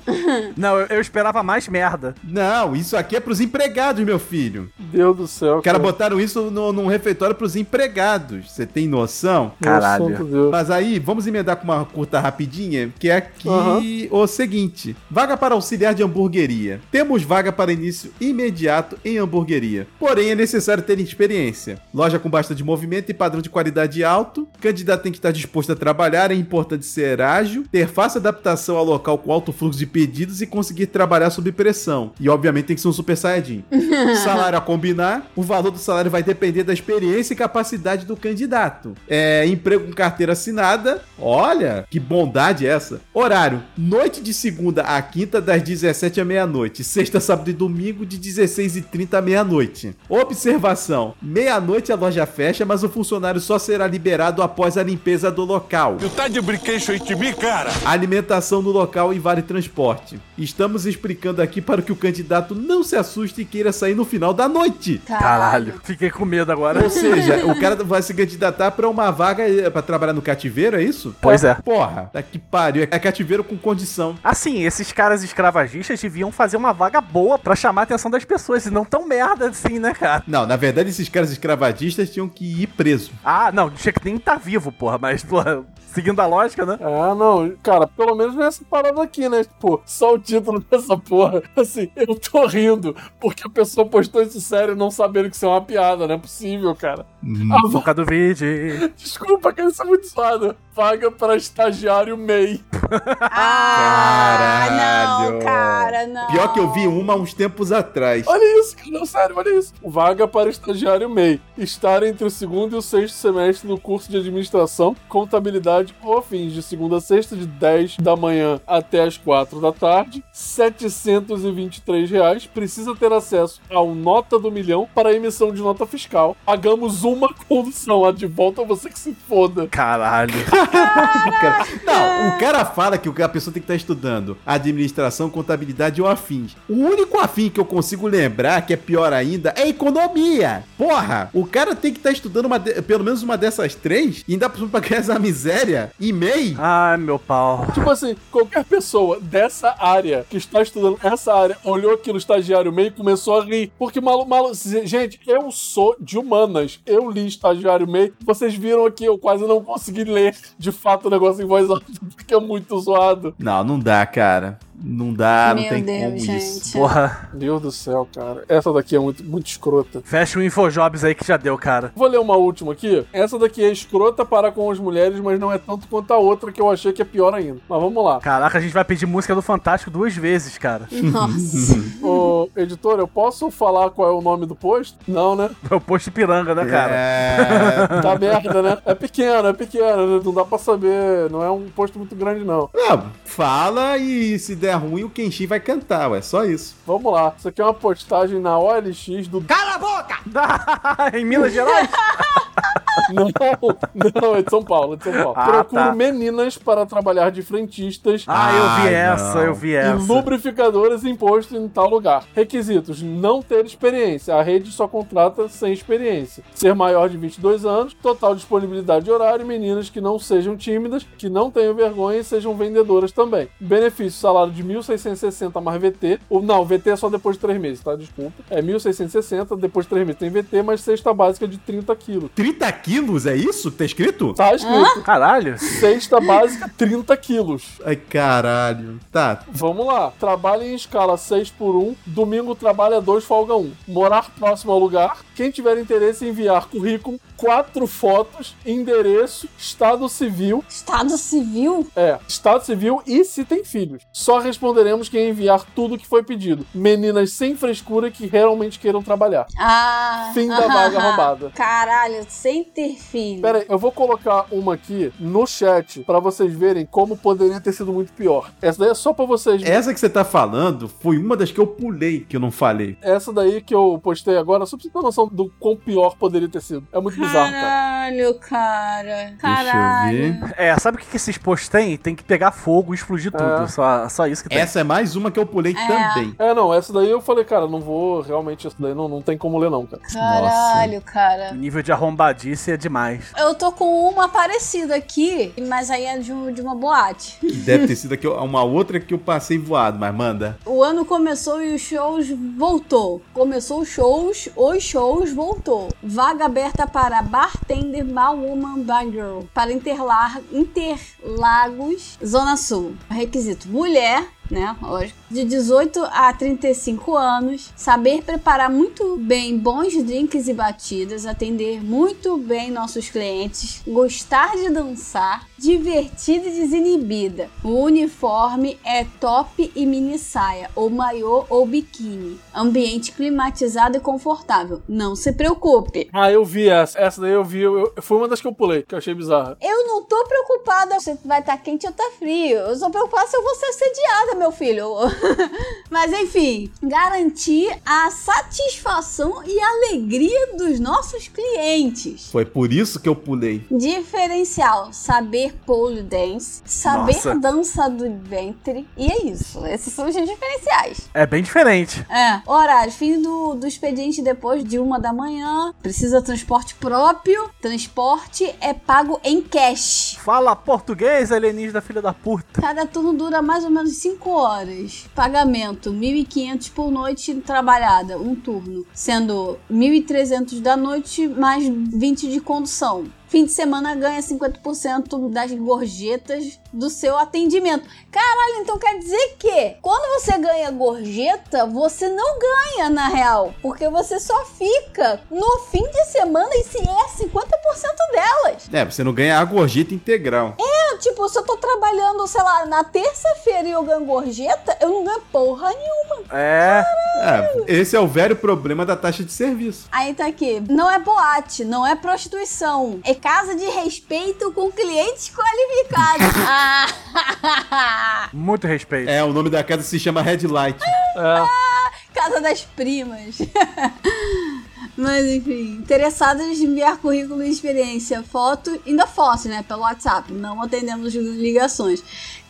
Speaker 3: Não, eu, eu esperava mais merda.
Speaker 2: Não, isso aqui é pros empregados, meu filho.
Speaker 1: Deus do céu.
Speaker 2: Os caras botaram isso no, num refeitório pros empregados. Você tem noção?
Speaker 1: Meu
Speaker 3: Caralho.
Speaker 1: santo Deus.
Speaker 2: Mas aí, vamos emendar com uma curta rapidinha, que é aqui
Speaker 1: Aham.
Speaker 2: o seguinte: vaga para auxiliar de hamburgueria. Temos vaga para início imediato em hamburgueria. Porém, é necessário ter experiência. Loja com bastante movimento e padrão de qualidade alto. Candidato tem que estar disposto a trabalhar, é importante ser ágil, ter fácil adaptação ao local com alto fluxo de pedidos e conseguir trabalhar sob pressão. E obviamente tem que ser um super saiyajin. salário a combinar, né? o valor do salário vai depender da experiência e capacidade do candidato. É, emprego com carteira assinada, olha, que bondade é essa. Horário, noite de segunda a quinta, das 17 à meia-noite. Sexta, sábado e domingo, de 16h30 à meia-noite. Observação, meia-noite a loja fecha, mas o funcionário só será liberado após a limpeza do local.
Speaker 6: Tu tá de brinquedo aí de mim, cara?
Speaker 2: Alimentação no local e vale transporte. Estamos explicando aqui para que o candidato não se assuste e queira sair no final da noite.
Speaker 3: Caralho. Fiquei com medo agora.
Speaker 2: Ou seja, o cara vai se candidatar pra uma vaga eh, pra trabalhar no cativeiro, é isso?
Speaker 3: Pois é.
Speaker 2: Porra, tá que pariu. É cativeiro com condição.
Speaker 3: Assim, esses caras escravagistas deviam fazer uma vaga boa pra chamar a atenção das pessoas, e não tão merda assim, né, cara?
Speaker 2: Não, na verdade, esses caras escravadistas tinham que ir preso.
Speaker 3: Ah, não, tinha que nem tá vivo, porra, mas, porra, seguindo a lógica, né?
Speaker 1: Ah, não, cara, pelo menos nessa parada aqui, né? Tipo, só o título (laughs) dessa porra. Assim, eu tô rindo, porque a pessoa postou isso sério não sabendo que isso é uma piada, não é possível, cara. (laughs) Ah, va-
Speaker 3: Boca do vídeo.
Speaker 1: desculpa, cara, isso é muito suado. Vaga pra estagiário MEI.
Speaker 4: Ah,
Speaker 2: Caralho.
Speaker 4: não, cara, não.
Speaker 2: Pior que eu vi uma há uns tempos atrás.
Speaker 1: Olha isso, cara, não, sério, olha isso. Vaga para estagiário MEI. Estar entre o segundo e o sexto semestre do curso de administração, contabilidade ou fins de segunda a sexta, de 10 da manhã até as 4 da tarde. R$ 723 reais. Precisa ter acesso ao Nota do Milhão para emissão de nota fiscal. Pagamos uma condição, a de volta você que se foda.
Speaker 3: Caralho.
Speaker 2: Cara, Não, o cara fala que a pessoa tem que estar estudando administração, contabilidade ou afins. O único afim que eu consigo lembrar, que é pior ainda, é economia. Porra, o cara tem que estar estudando uma de- pelo menos uma dessas três e ainda por cima pra ganhar essa miséria e meio.
Speaker 3: Ai, meu pau.
Speaker 1: Tipo assim, qualquer pessoa dessa área que está estudando essa área olhou aquilo estagiário meio e começou a rir. Porque malu, malu, gente, eu sou de humanas. Eu li estagiário meio. Vocês viram aqui, eu quase não consegui ler de fato o negócio em voz alta, (laughs) porque é muito zoado.
Speaker 2: Não, não dá, cara. Não dá, não
Speaker 4: Meu
Speaker 2: tem
Speaker 4: Deus,
Speaker 2: como isso.
Speaker 4: gente.
Speaker 3: Porra.
Speaker 1: Deus do céu, cara. Essa daqui é muito, muito escrota.
Speaker 3: Fecha o Infojobs aí que já deu, cara.
Speaker 1: Vou ler uma última aqui. Essa daqui é escrota para com as mulheres, mas não é tanto quanto a outra que eu achei que é pior ainda. Mas vamos lá.
Speaker 3: Caraca, a gente vai pedir música do Fantástico duas vezes, cara.
Speaker 2: (laughs)
Speaker 4: Nossa.
Speaker 1: Ô, editor, eu posso falar qual é o nome do post? Não, né?
Speaker 3: (laughs) É o posto piranga, né, cara? (laughs)
Speaker 2: É...
Speaker 1: Tá merda, né? É pequeno, é pequeno, né? não dá pra saber. Não é um posto muito grande, não.
Speaker 2: (laughs) Não, fala e se der ruim o Kenshin vai cantar, é só isso.
Speaker 1: Vamos lá. Isso aqui é uma postagem na OLX do.
Speaker 3: Ah, em Minas Gerais?
Speaker 1: Não, não, é de São Paulo, é de São Paulo.
Speaker 3: Ah,
Speaker 1: Procuro
Speaker 3: tá.
Speaker 1: meninas para trabalhar de frentistas.
Speaker 3: Ah, eu vi
Speaker 2: Ah,
Speaker 3: essa,
Speaker 2: não.
Speaker 3: eu vi
Speaker 1: E
Speaker 3: essa.
Speaker 1: lubrificadores imposto em tal lugar. Requisitos: não ter experiência. A rede só contrata sem experiência. Ser maior de 22 anos, total disponibilidade de horário, meninas que não sejam tímidas, que não tenham vergonha e sejam vendedoras também. Benefício: salário de 1.660 mais VT. Ou não, VT é só depois de 3 meses, tá? Desculpa. É 1.660, depois de 3 meses tem VT, mas cesta básica de 30 quilos.
Speaker 2: 30 quilos, é isso que tá escrito?
Speaker 1: Tá escrito:
Speaker 3: Caralho.
Speaker 1: cesta básica 30 quilos.
Speaker 2: Ai, caralho. Tá.
Speaker 1: Vamos lá. Trabalha em escala 6 por 1, domingo trabalha 2, folga 1. Morar próximo ao lugar. Quem tiver interesse em enviar currículo, quatro fotos, endereço, estado civil,
Speaker 4: Estado civil?
Speaker 1: é, estado civil e se tem filhos. Só responderemos quem enviar tudo que foi pedido. Meninas sem frescura que realmente queiram trabalhar.
Speaker 4: Ah.
Speaker 1: Fim da vaga roubada.
Speaker 4: Caralho, sem ter filho.
Speaker 1: Pera aí, eu vou colocar uma aqui no chat pra vocês verem como poderia ter sido muito pior. Essa daí é só pra vocês
Speaker 2: Essa que você tá falando foi uma das que eu pulei, que eu não falei.
Speaker 1: Essa daí que eu postei agora, só pra você ter noção do quão pior poderia ter sido. É muito bizarro, cara.
Speaker 4: Caralho, cara. Caralho.
Speaker 2: Deixa eu ver.
Speaker 3: É, sabe o que que esses posts têm? Tem que pegar fogo e explodir tudo.
Speaker 1: É.
Speaker 3: Só, só isso que tem.
Speaker 2: Essa é mais uma que eu pulei também.
Speaker 1: É, não, essa daí eu falei, cara, não vou, realmente, isso daí não, não tem como ler, não, cara.
Speaker 4: Caralho, cara.
Speaker 3: O nível de arrombadice é demais.
Speaker 4: Eu tô com uma parecida aqui, mas aí é de, um- de uma boate.
Speaker 2: Que deve ter sido aqui uma outra que eu passei voado, mas manda.
Speaker 4: O ano começou e os shows voltou. Começou os shows, os shows voltou. Vaga aberta para bartender, bar woman, bar girl. Para Interlar- Interlagos, Zona Sul. Requisito, mulher, né, lógico. De 18 a 35 anos, saber preparar muito bem bons drinks e batidas, atender muito bem nossos clientes, gostar de dançar, divertida e desinibida. O uniforme é top e mini saia, ou maiô ou biquíni. Ambiente climatizado e confortável. Não se preocupe.
Speaker 1: Ah, eu vi essa. Essa daí eu vi, eu, eu- foi uma das que eu pulei, que eu achei bizarra.
Speaker 4: Eu não tô preocupada se vai estar quente ou tá frio. Eu sou preocupada se eu vou ser assediada, meu filho. (laughs) Mas enfim, garantir a satisfação e alegria dos nossos clientes.
Speaker 2: Foi por isso que eu pulei.
Speaker 4: Diferencial, saber pole dance, saber
Speaker 3: Nossa.
Speaker 4: dança do ventre. E é isso. Esses são os diferenciais.
Speaker 3: É bem diferente.
Speaker 4: É, horário, fim do, do expediente depois de uma da manhã. Precisa transporte próprio. Transporte é pago em cash.
Speaker 3: Fala português, alienígena filha da puta.
Speaker 4: Cada turno dura mais ou menos 5 horas. Pagamento: 1.500 por noite trabalhada, um turno. Sendo 1.300 da noite mais 20 de condução. Fim de semana ganha 50% das gorjetas do seu atendimento. Caralho, então quer dizer que quando você ganha gorjeta, você não ganha na real. Porque você só fica no fim de semana e se é 50% delas.
Speaker 2: É, você não ganha a gorjeta integral.
Speaker 4: Tipo, se eu tô trabalhando, sei lá, na terça-feira e eu ganho gorjeta, eu não ganho porra nenhuma.
Speaker 3: É.
Speaker 2: É, esse é o velho problema da taxa de serviço.
Speaker 4: Aí tá aqui. Não é boate, não é prostituição. É casa de respeito com clientes qualificados. (laughs) Ah,
Speaker 3: Muito respeito.
Speaker 2: É, o nome da casa se chama Red Light.
Speaker 1: É,
Speaker 4: casa das primas. (laughs) Mas enfim, interessados em enviar currículo e experiência, foto, ainda foto, né? Pelo WhatsApp, não atendemos ligações.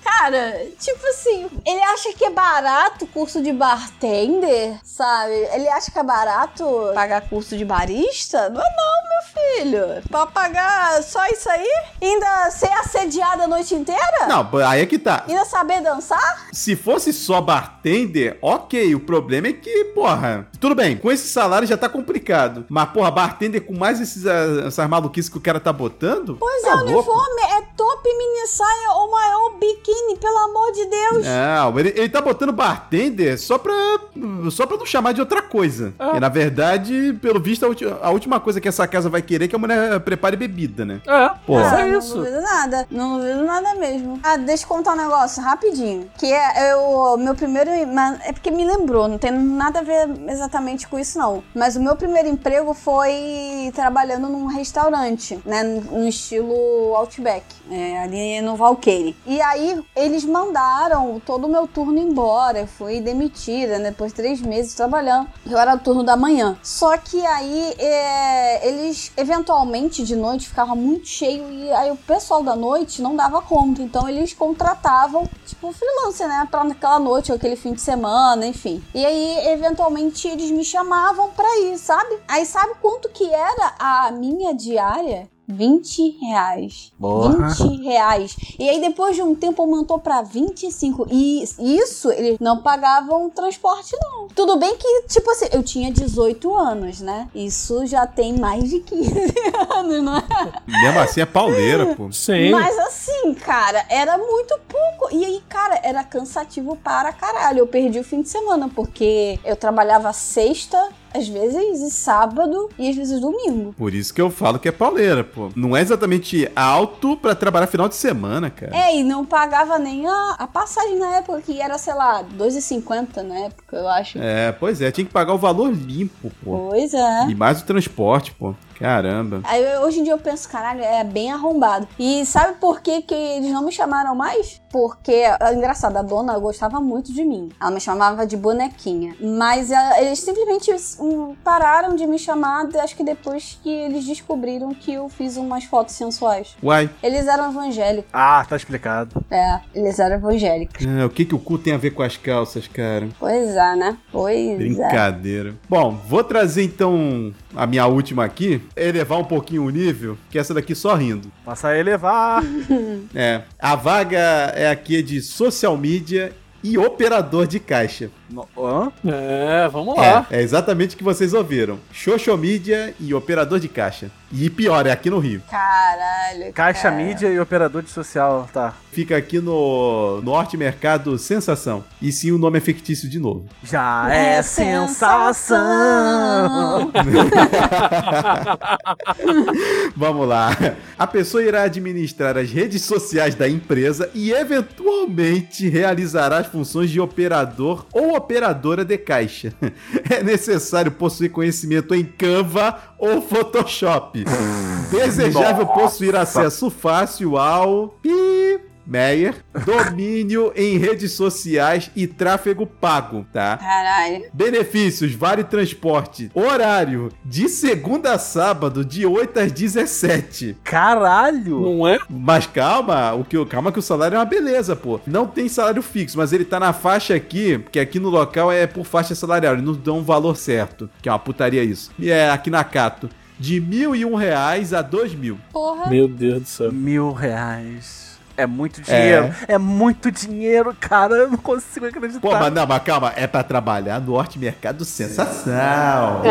Speaker 4: Cara, tipo assim, ele acha que é barato curso de bartender, sabe? Ele acha que é barato pagar curso de barista? Não, não, meu filho. Pra pagar só isso aí? Ainda ser assediada a noite inteira?
Speaker 2: Não, aí é que tá.
Speaker 4: Ainda saber dançar?
Speaker 2: Se fosse só bartender, ok. O problema é que, porra, tudo bem, com esse salário já tá complicado. Mas, porra, bartender com mais esses, ah, essas maluquices que o cara tá botando?
Speaker 4: Pois
Speaker 2: tá
Speaker 4: é,
Speaker 2: louco.
Speaker 4: uniforme é top, mini saia ou maior biquíni, pelo amor de Deus.
Speaker 2: Não, ele, ele tá botando bartender só pra, só pra não chamar de outra coisa. E, na verdade, pelo visto, a, ulti- a última coisa que essa casa vai querer é que a mulher prepare bebida, né?
Speaker 1: É,
Speaker 2: Pô.
Speaker 1: é só
Speaker 4: Ah, Não
Speaker 1: isso.
Speaker 4: duvido nada, não duvido nada mesmo. Ah, deixa eu contar um negócio rapidinho. Que é o meu primeiro. mas É porque me lembrou, não tem nada a ver exatamente com isso, não. Mas o meu primeiro emprego foi trabalhando num restaurante, né? No estilo Outback, é, ali no Valqueire. E aí eles mandaram todo o meu turno embora. Eu fui demitida né, depois de três meses trabalhando. Eu era do turno da manhã. Só que aí é, eles eventualmente de noite ficava muito cheio e aí o pessoal da noite não dava conta. Então eles contratavam, tipo, freelancer, né? Pra aquela noite ou aquele fim de semana, enfim. E aí, eventualmente, eles me chamavam pra ir, sabe? Aí sabe quanto que era a minha diária? 20 reais.
Speaker 3: Porra.
Speaker 4: 20 reais. E aí, depois de um tempo, aumentou pra 25. E isso, eles não pagavam transporte, não. Tudo bem que, tipo assim, eu tinha 18 anos, né? Isso já tem mais de 15 (laughs) anos, não é?
Speaker 2: Mesmo assim, é pauleira, pô.
Speaker 1: Sim.
Speaker 4: Mas assim, cara, era muito pouco. E aí, cara, era cansativo para caralho. Eu perdi o fim de semana, porque eu trabalhava sexta, às vezes, e sábado, e às vezes domingo.
Speaker 2: Por isso que eu falo que é pauleira, pô. Não é exatamente alto pra trabalhar final de semana, cara.
Speaker 4: É, e não pagava nem a, a passagem na época, que era, sei lá, 2,50 na época, eu acho.
Speaker 2: É, pois é, tinha que pagar o valor limpo, pô.
Speaker 4: Pois é.
Speaker 2: E mais o transporte, pô. Caramba.
Speaker 4: Aí, eu- hoje em dia eu penso, caralho, é bem arrombado. E sabe por que, que eles não me chamaram mais? Porque, ah, engraçado, a dona gostava muito de mim. Ela me chamava de bonequinha. Mas ah, eles simplesmente hum, pararam de me chamar, acho que depois que eles descobriram que eu fiz umas fotos sensuais.
Speaker 2: Uai,
Speaker 4: Eles eram evangélicos.
Speaker 3: Ah, tá explicado.
Speaker 4: É, eles eram evangélicos.
Speaker 2: ah, o que, que o cu tem a ver com as calças, cara?
Speaker 4: Pois é, né? Pois é.
Speaker 2: Brincadeira. Bom, vou trazer então a minha última aqui, elevar um pouquinho o nível, que essa daqui só rindo.
Speaker 3: Passa a elevar.
Speaker 2: É, a vaga é aqui de social media e operador de caixa.
Speaker 3: No- hã?
Speaker 1: É, vamos lá.
Speaker 2: É, é exatamente o que vocês ouviram. Social media e operador de caixa. E pior, é aqui no Rio.
Speaker 4: Caralho.
Speaker 3: Caixa
Speaker 4: cara.
Speaker 3: mídia e operador de social, tá.
Speaker 2: Fica aqui no Norte Mercado Sensação. E sim, o nome é fictício de novo.
Speaker 3: Já é, sensação.
Speaker 2: Vamos lá. A pessoa irá administrar as redes sociais da empresa e eventualmente realizará as funções de operador ou operadora de caixa. É necessário possuir conhecimento em Canva ou Photoshop. Desejável possuir acesso fácil ao pi Meyer, domínio em redes sociais e tráfego pago, tá?
Speaker 4: Caralho.
Speaker 2: Benefícios, vale transporte. Horário, de segunda a sábado, de 8 às 17.
Speaker 3: Caralho!
Speaker 1: Não é?
Speaker 2: Mas calma, o que, calma que o salário é uma beleza, pô. Não tem salário fixo, mas ele tá na faixa aqui, porque aqui no local é por faixa salarial, eles não dão um valor certo, que é uma putaria isso. E é aqui na Cato, de mil e um reais a dois mil.
Speaker 4: Porra.
Speaker 1: Meu Deus do céu.
Speaker 3: Mil reais. É muito dinheiro. É, muito dinheiro, cara. Eu não consigo acreditar.
Speaker 2: Pô, mas não, mas calma, é pra trabalhar no Norte Mercado Sensação.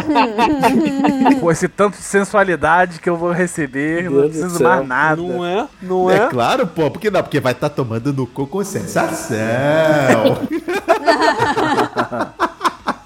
Speaker 3: Com esse tanto de sensualidade que eu vou receber,
Speaker 1: Meu
Speaker 3: não
Speaker 1: Deus do
Speaker 3: preciso
Speaker 1: céu.
Speaker 3: mais nada.
Speaker 1: Não é? Não
Speaker 2: é
Speaker 1: é?
Speaker 2: claro, pô, porque não, porque vai estar tomando no cu com sensação.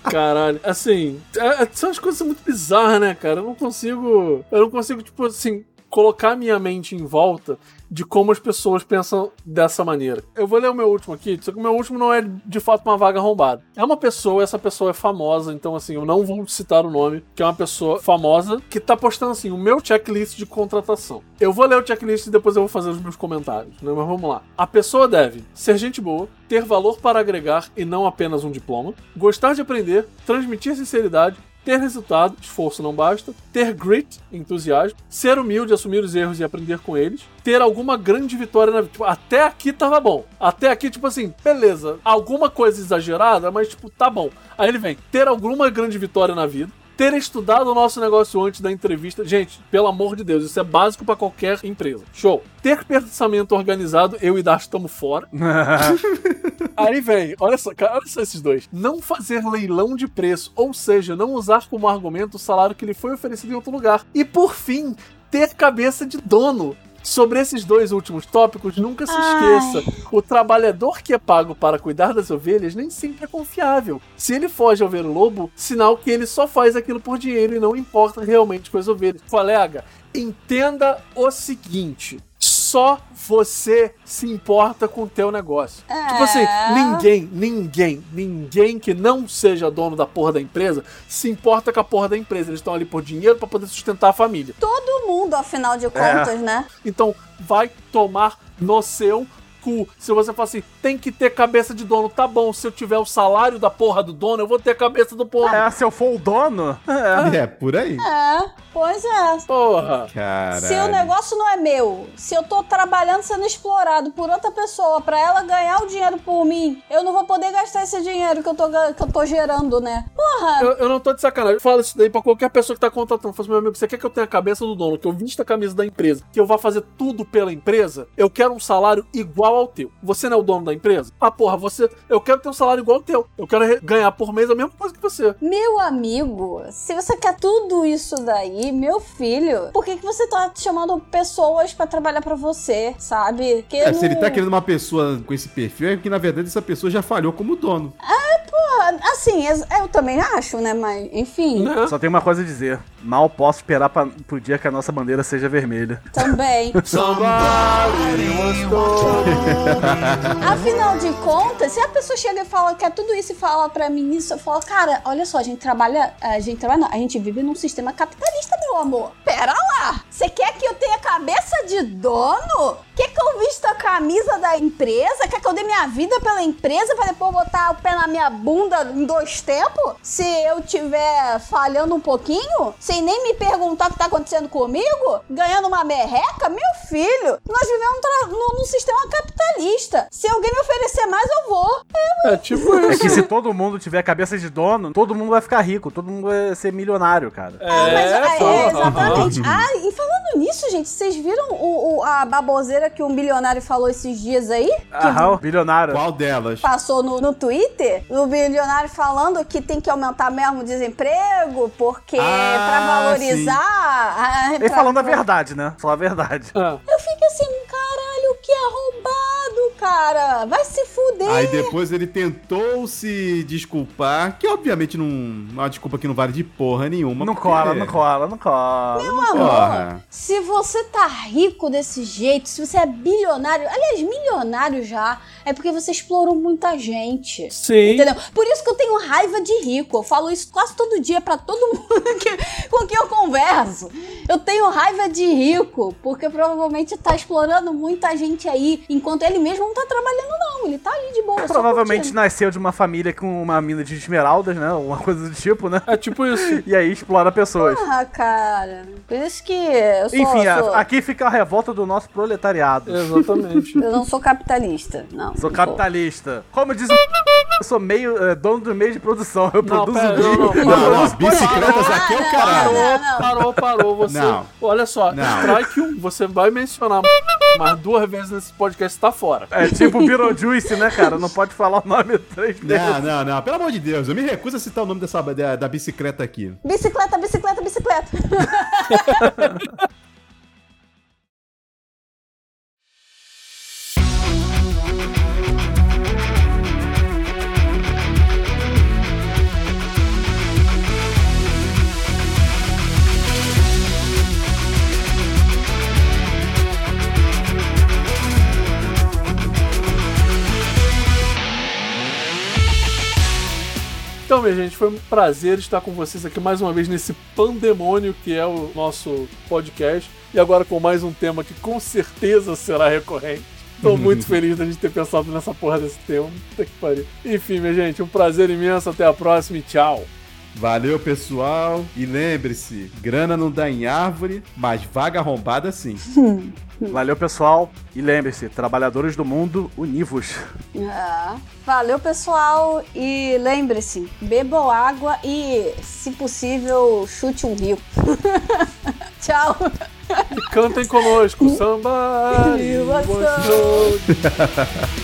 Speaker 1: Caralho. Assim, é- é- são as coisas muito bizarras, né, cara? Eu não consigo. Eu não consigo, tipo assim, colocar minha mente em volta de como as pessoas pensam dessa maneira. Eu vou ler o meu último aqui, só que o meu último não é de fato uma vaga arrombada. É uma pessoa, essa pessoa é famosa, então assim, eu não vou citar o nome, que é uma pessoa famosa que tá postando assim, o meu checklist de contratação. Eu vou ler o checklist e depois eu vou fazer os meus comentários, né? Mas vamos lá. A pessoa deve ser gente boa, ter valor para agregar e não apenas um diploma, gostar de aprender, transmitir sinceridade, ter resultado, esforço não basta, ter grit, entusiasmo, ser humilde, assumir os erros e aprender com eles, ter alguma grande vitória na vida. Tipo, até aqui tava bom. Até aqui, tipo assim, beleza, alguma coisa exagerada, mas tipo, tá bom. Aí ele vem, ter alguma grande vitória na vida, ter estudado o nosso negócio antes da entrevista. Gente, pelo amor de Deus, isso é básico pra qualquer empresa. Show. Ter pensamento organizado, eu e Dash estamos fora. é?
Speaker 3: (laughs)
Speaker 1: Aí vem, olha só, cara, olha só esses dois. Não fazer leilão de preço, ou seja, não usar como argumento o salário que lhe foi oferecido em outro lugar. E por fim, ter cabeça de dono. Sobre esses dois últimos tópicos, nunca se esqueça. O trabalhador que é pago para cuidar das ovelhas nem sempre é confiável. Se ele foge ao ver o lobo, sinal que ele só faz aquilo por dinheiro e não importa realmente com as ovelhas. Colega, entenda o seguinte: só você se importa com o teu negócio. Tipo assim, ninguém, ninguém, ninguém que não seja dono da porra da empresa se importa com a porra da empresa. Eles estão ali por dinheiro para poder sustentar a família.
Speaker 4: Todo mundo, afinal de
Speaker 2: É.
Speaker 4: contas, né?
Speaker 1: Então vai tomar no seu cu. Se você falar assim, tem que ter cabeça de dono, tá bom. Se eu tiver o salário da porra do dono, eu vou ter a cabeça do porra.
Speaker 3: É, se eu for o dono,
Speaker 2: É, por aí.
Speaker 4: É, pois é.
Speaker 1: Porra.
Speaker 2: Caralho.
Speaker 4: Se o negócio não é meu, se eu tô trabalhando sendo explorado por outra pessoa pra ela ganhar o dinheiro por mim, eu não vou poder gastar esse dinheiro que eu tô, ga- que eu tô gerando, né? Porra!
Speaker 1: Eu, eu não tô de sacanagem. Eu falo isso daí pra qualquer pessoa que tá contratando. Eu falo assim, meu amigo, você quer que eu tenha a cabeça do dono, que eu vista a camisa da empresa, que eu vá fazer tudo pela empresa? Eu quero um salário igual ao teu. Você não é o dono da empresa? Ah, porra, você. Eu quero ter um salário igual ao teu. Eu quero re- ganhar por mês a mesma coisa que você.
Speaker 4: Meu amigo, se você quer tudo isso daí, meu filho, por que, que você tá chamando pessoas pra trabalhar pra você, sabe? Que
Speaker 2: É, se ele
Speaker 4: não-
Speaker 2: tá querendo uma pessoa com esse perfil, é que na verdade essa pessoa já falhou como dono.
Speaker 4: Porra, assim, ex- eu também acho, né? Mas, enfim,
Speaker 1: Né?
Speaker 3: só tem uma coisa a dizer. Mal posso esperar pra, pro dia que a nossa bandeira seja vermelha.
Speaker 4: também. Afinal de contas, se a pessoa chega e fala que é tudo isso e fala pra mim isso, eu falo, cara, olha só, a gente trabalha, a gente trabalha, não, a gente vive num sistema capitalista, meu amor. Pera lá, você quer que eu tenha cabeça de dono? Quer que eu vista a camisa da empresa? Quer que eu dê minha vida pela empresa pra depois botar o pé na minha bunda em dois tempos? Se eu tiver falhando um pouquinho, sem nem me perguntar o que tá acontecendo comigo, ganhando uma merreca, meu filho, nós vivemos tra- num, num sistema capitalista. Se alguém me oferecer mais, eu vou.
Speaker 1: É
Speaker 4: (laughs)
Speaker 1: tipo
Speaker 3: É que
Speaker 1: isso.
Speaker 3: se todo mundo tiver cabeça de dono, todo mundo vai ficar rico, todo mundo vai ser milionário, cara.
Speaker 4: Ah, mas, é,
Speaker 1: porra.
Speaker 4: exatamente. Ah, e falando nisso, gente, vocês viram o- o- a baboseira que um bilionário falou esses dias aí?
Speaker 3: Aham, Ah, bilionário.
Speaker 2: Qual delas?
Speaker 4: passou no, no Twitter, o bilionário falando que tem que aumentar mesmo o desemprego, porque
Speaker 2: Ah,
Speaker 4: pra valorizar. a-
Speaker 3: E
Speaker 4: pra-
Speaker 3: falando a verdade, né? Falar a verdade.
Speaker 1: É.
Speaker 4: Eu fico assim, caralho, que arrombado, cara. Vai se fuder.
Speaker 2: Aí depois ele tentou se desculpar, que obviamente não. Uma desculpa que não vale de porra nenhuma.
Speaker 3: Não
Speaker 2: porque-
Speaker 3: cola, não cola, não cola. não
Speaker 4: Meu amor,
Speaker 2: Porra.
Speaker 4: se você tá rico desse jeito, se você é bilionário, aliás, milionário já, é porque você explorou muita gente.
Speaker 1: Sim.
Speaker 4: Entendeu? Por isso que eu tenho raiva de rico. Eu falo isso quase todo dia pra todo mundo (laughs) que- com quem eu converso. Eu tenho raiva de rico, porque provavelmente tá explorando muita gente aí, enquanto ele mesmo não tá trabalhando, não. Ele tá ali de boa. só
Speaker 3: Provavelmente
Speaker 4: curtindo.
Speaker 3: nasceu de uma família com uma mina de esmeraldas, né? Alguma coisa do tipo, né?
Speaker 1: É tipo isso.
Speaker 3: E aí explora pessoas.
Speaker 4: Ah, cara. Por isso que eu sou.
Speaker 3: Enfim, a-
Speaker 4: sou-
Speaker 3: aqui fica a revolta do nosso proletariado.
Speaker 1: (laughs) Exatamente.
Speaker 4: Eu não sou capitalista, não.
Speaker 3: Sou
Speaker 4: não
Speaker 3: capitalista. Como diz o... Eu sou meio, eh, dono do meio de produção. Eu
Speaker 1: Não,
Speaker 3: produzo
Speaker 1: pera,
Speaker 3: vídeo.
Speaker 1: não, não,
Speaker 2: Não, não, as bicicletas
Speaker 4: Ah,
Speaker 2: aqui é
Speaker 4: não,
Speaker 2: o caralho.
Speaker 4: não, não.
Speaker 1: Parou, parou. Você.
Speaker 2: Não.
Speaker 1: Olha só,
Speaker 2: Não.
Speaker 1: strike 1, você vai mencionar mas duas vezes nesse podcast tá fora.
Speaker 3: É tipo Beetlejuice, né, cara? Não pode falar o nome três vezes.
Speaker 2: Não, não, não. Pelo amor de Deus, eu me recuso a citar o nome dessa, da, da bicicleta aqui.
Speaker 4: Bicicleta, bicicleta, bicicleta.
Speaker 1: Então, minha gente, foi um prazer estar com vocês aqui mais uma vez nesse pandemônio que é o nosso podcast. E agora com mais um tema que com certeza será recorrente.
Speaker 2: (laughs)
Speaker 1: Tô muito feliz da gente ter pensado nessa porra desse tema. Puta que pariu. Enfim, minha gente, um prazer imenso. Até a próxima e tchau.
Speaker 2: Valeu, pessoal. E lembre-se, grana não dá em árvore, mas vaga arrombada sim.
Speaker 3: Valeu, pessoal. E lembre-se, trabalhadores do mundo, univos.
Speaker 4: Ah, valeu, pessoal. E lembre-se, bebam água e, se possível, chute um rio. (laughs) Tchau.
Speaker 1: Ah, E cantem conosco, samba.
Speaker 4: Gostou.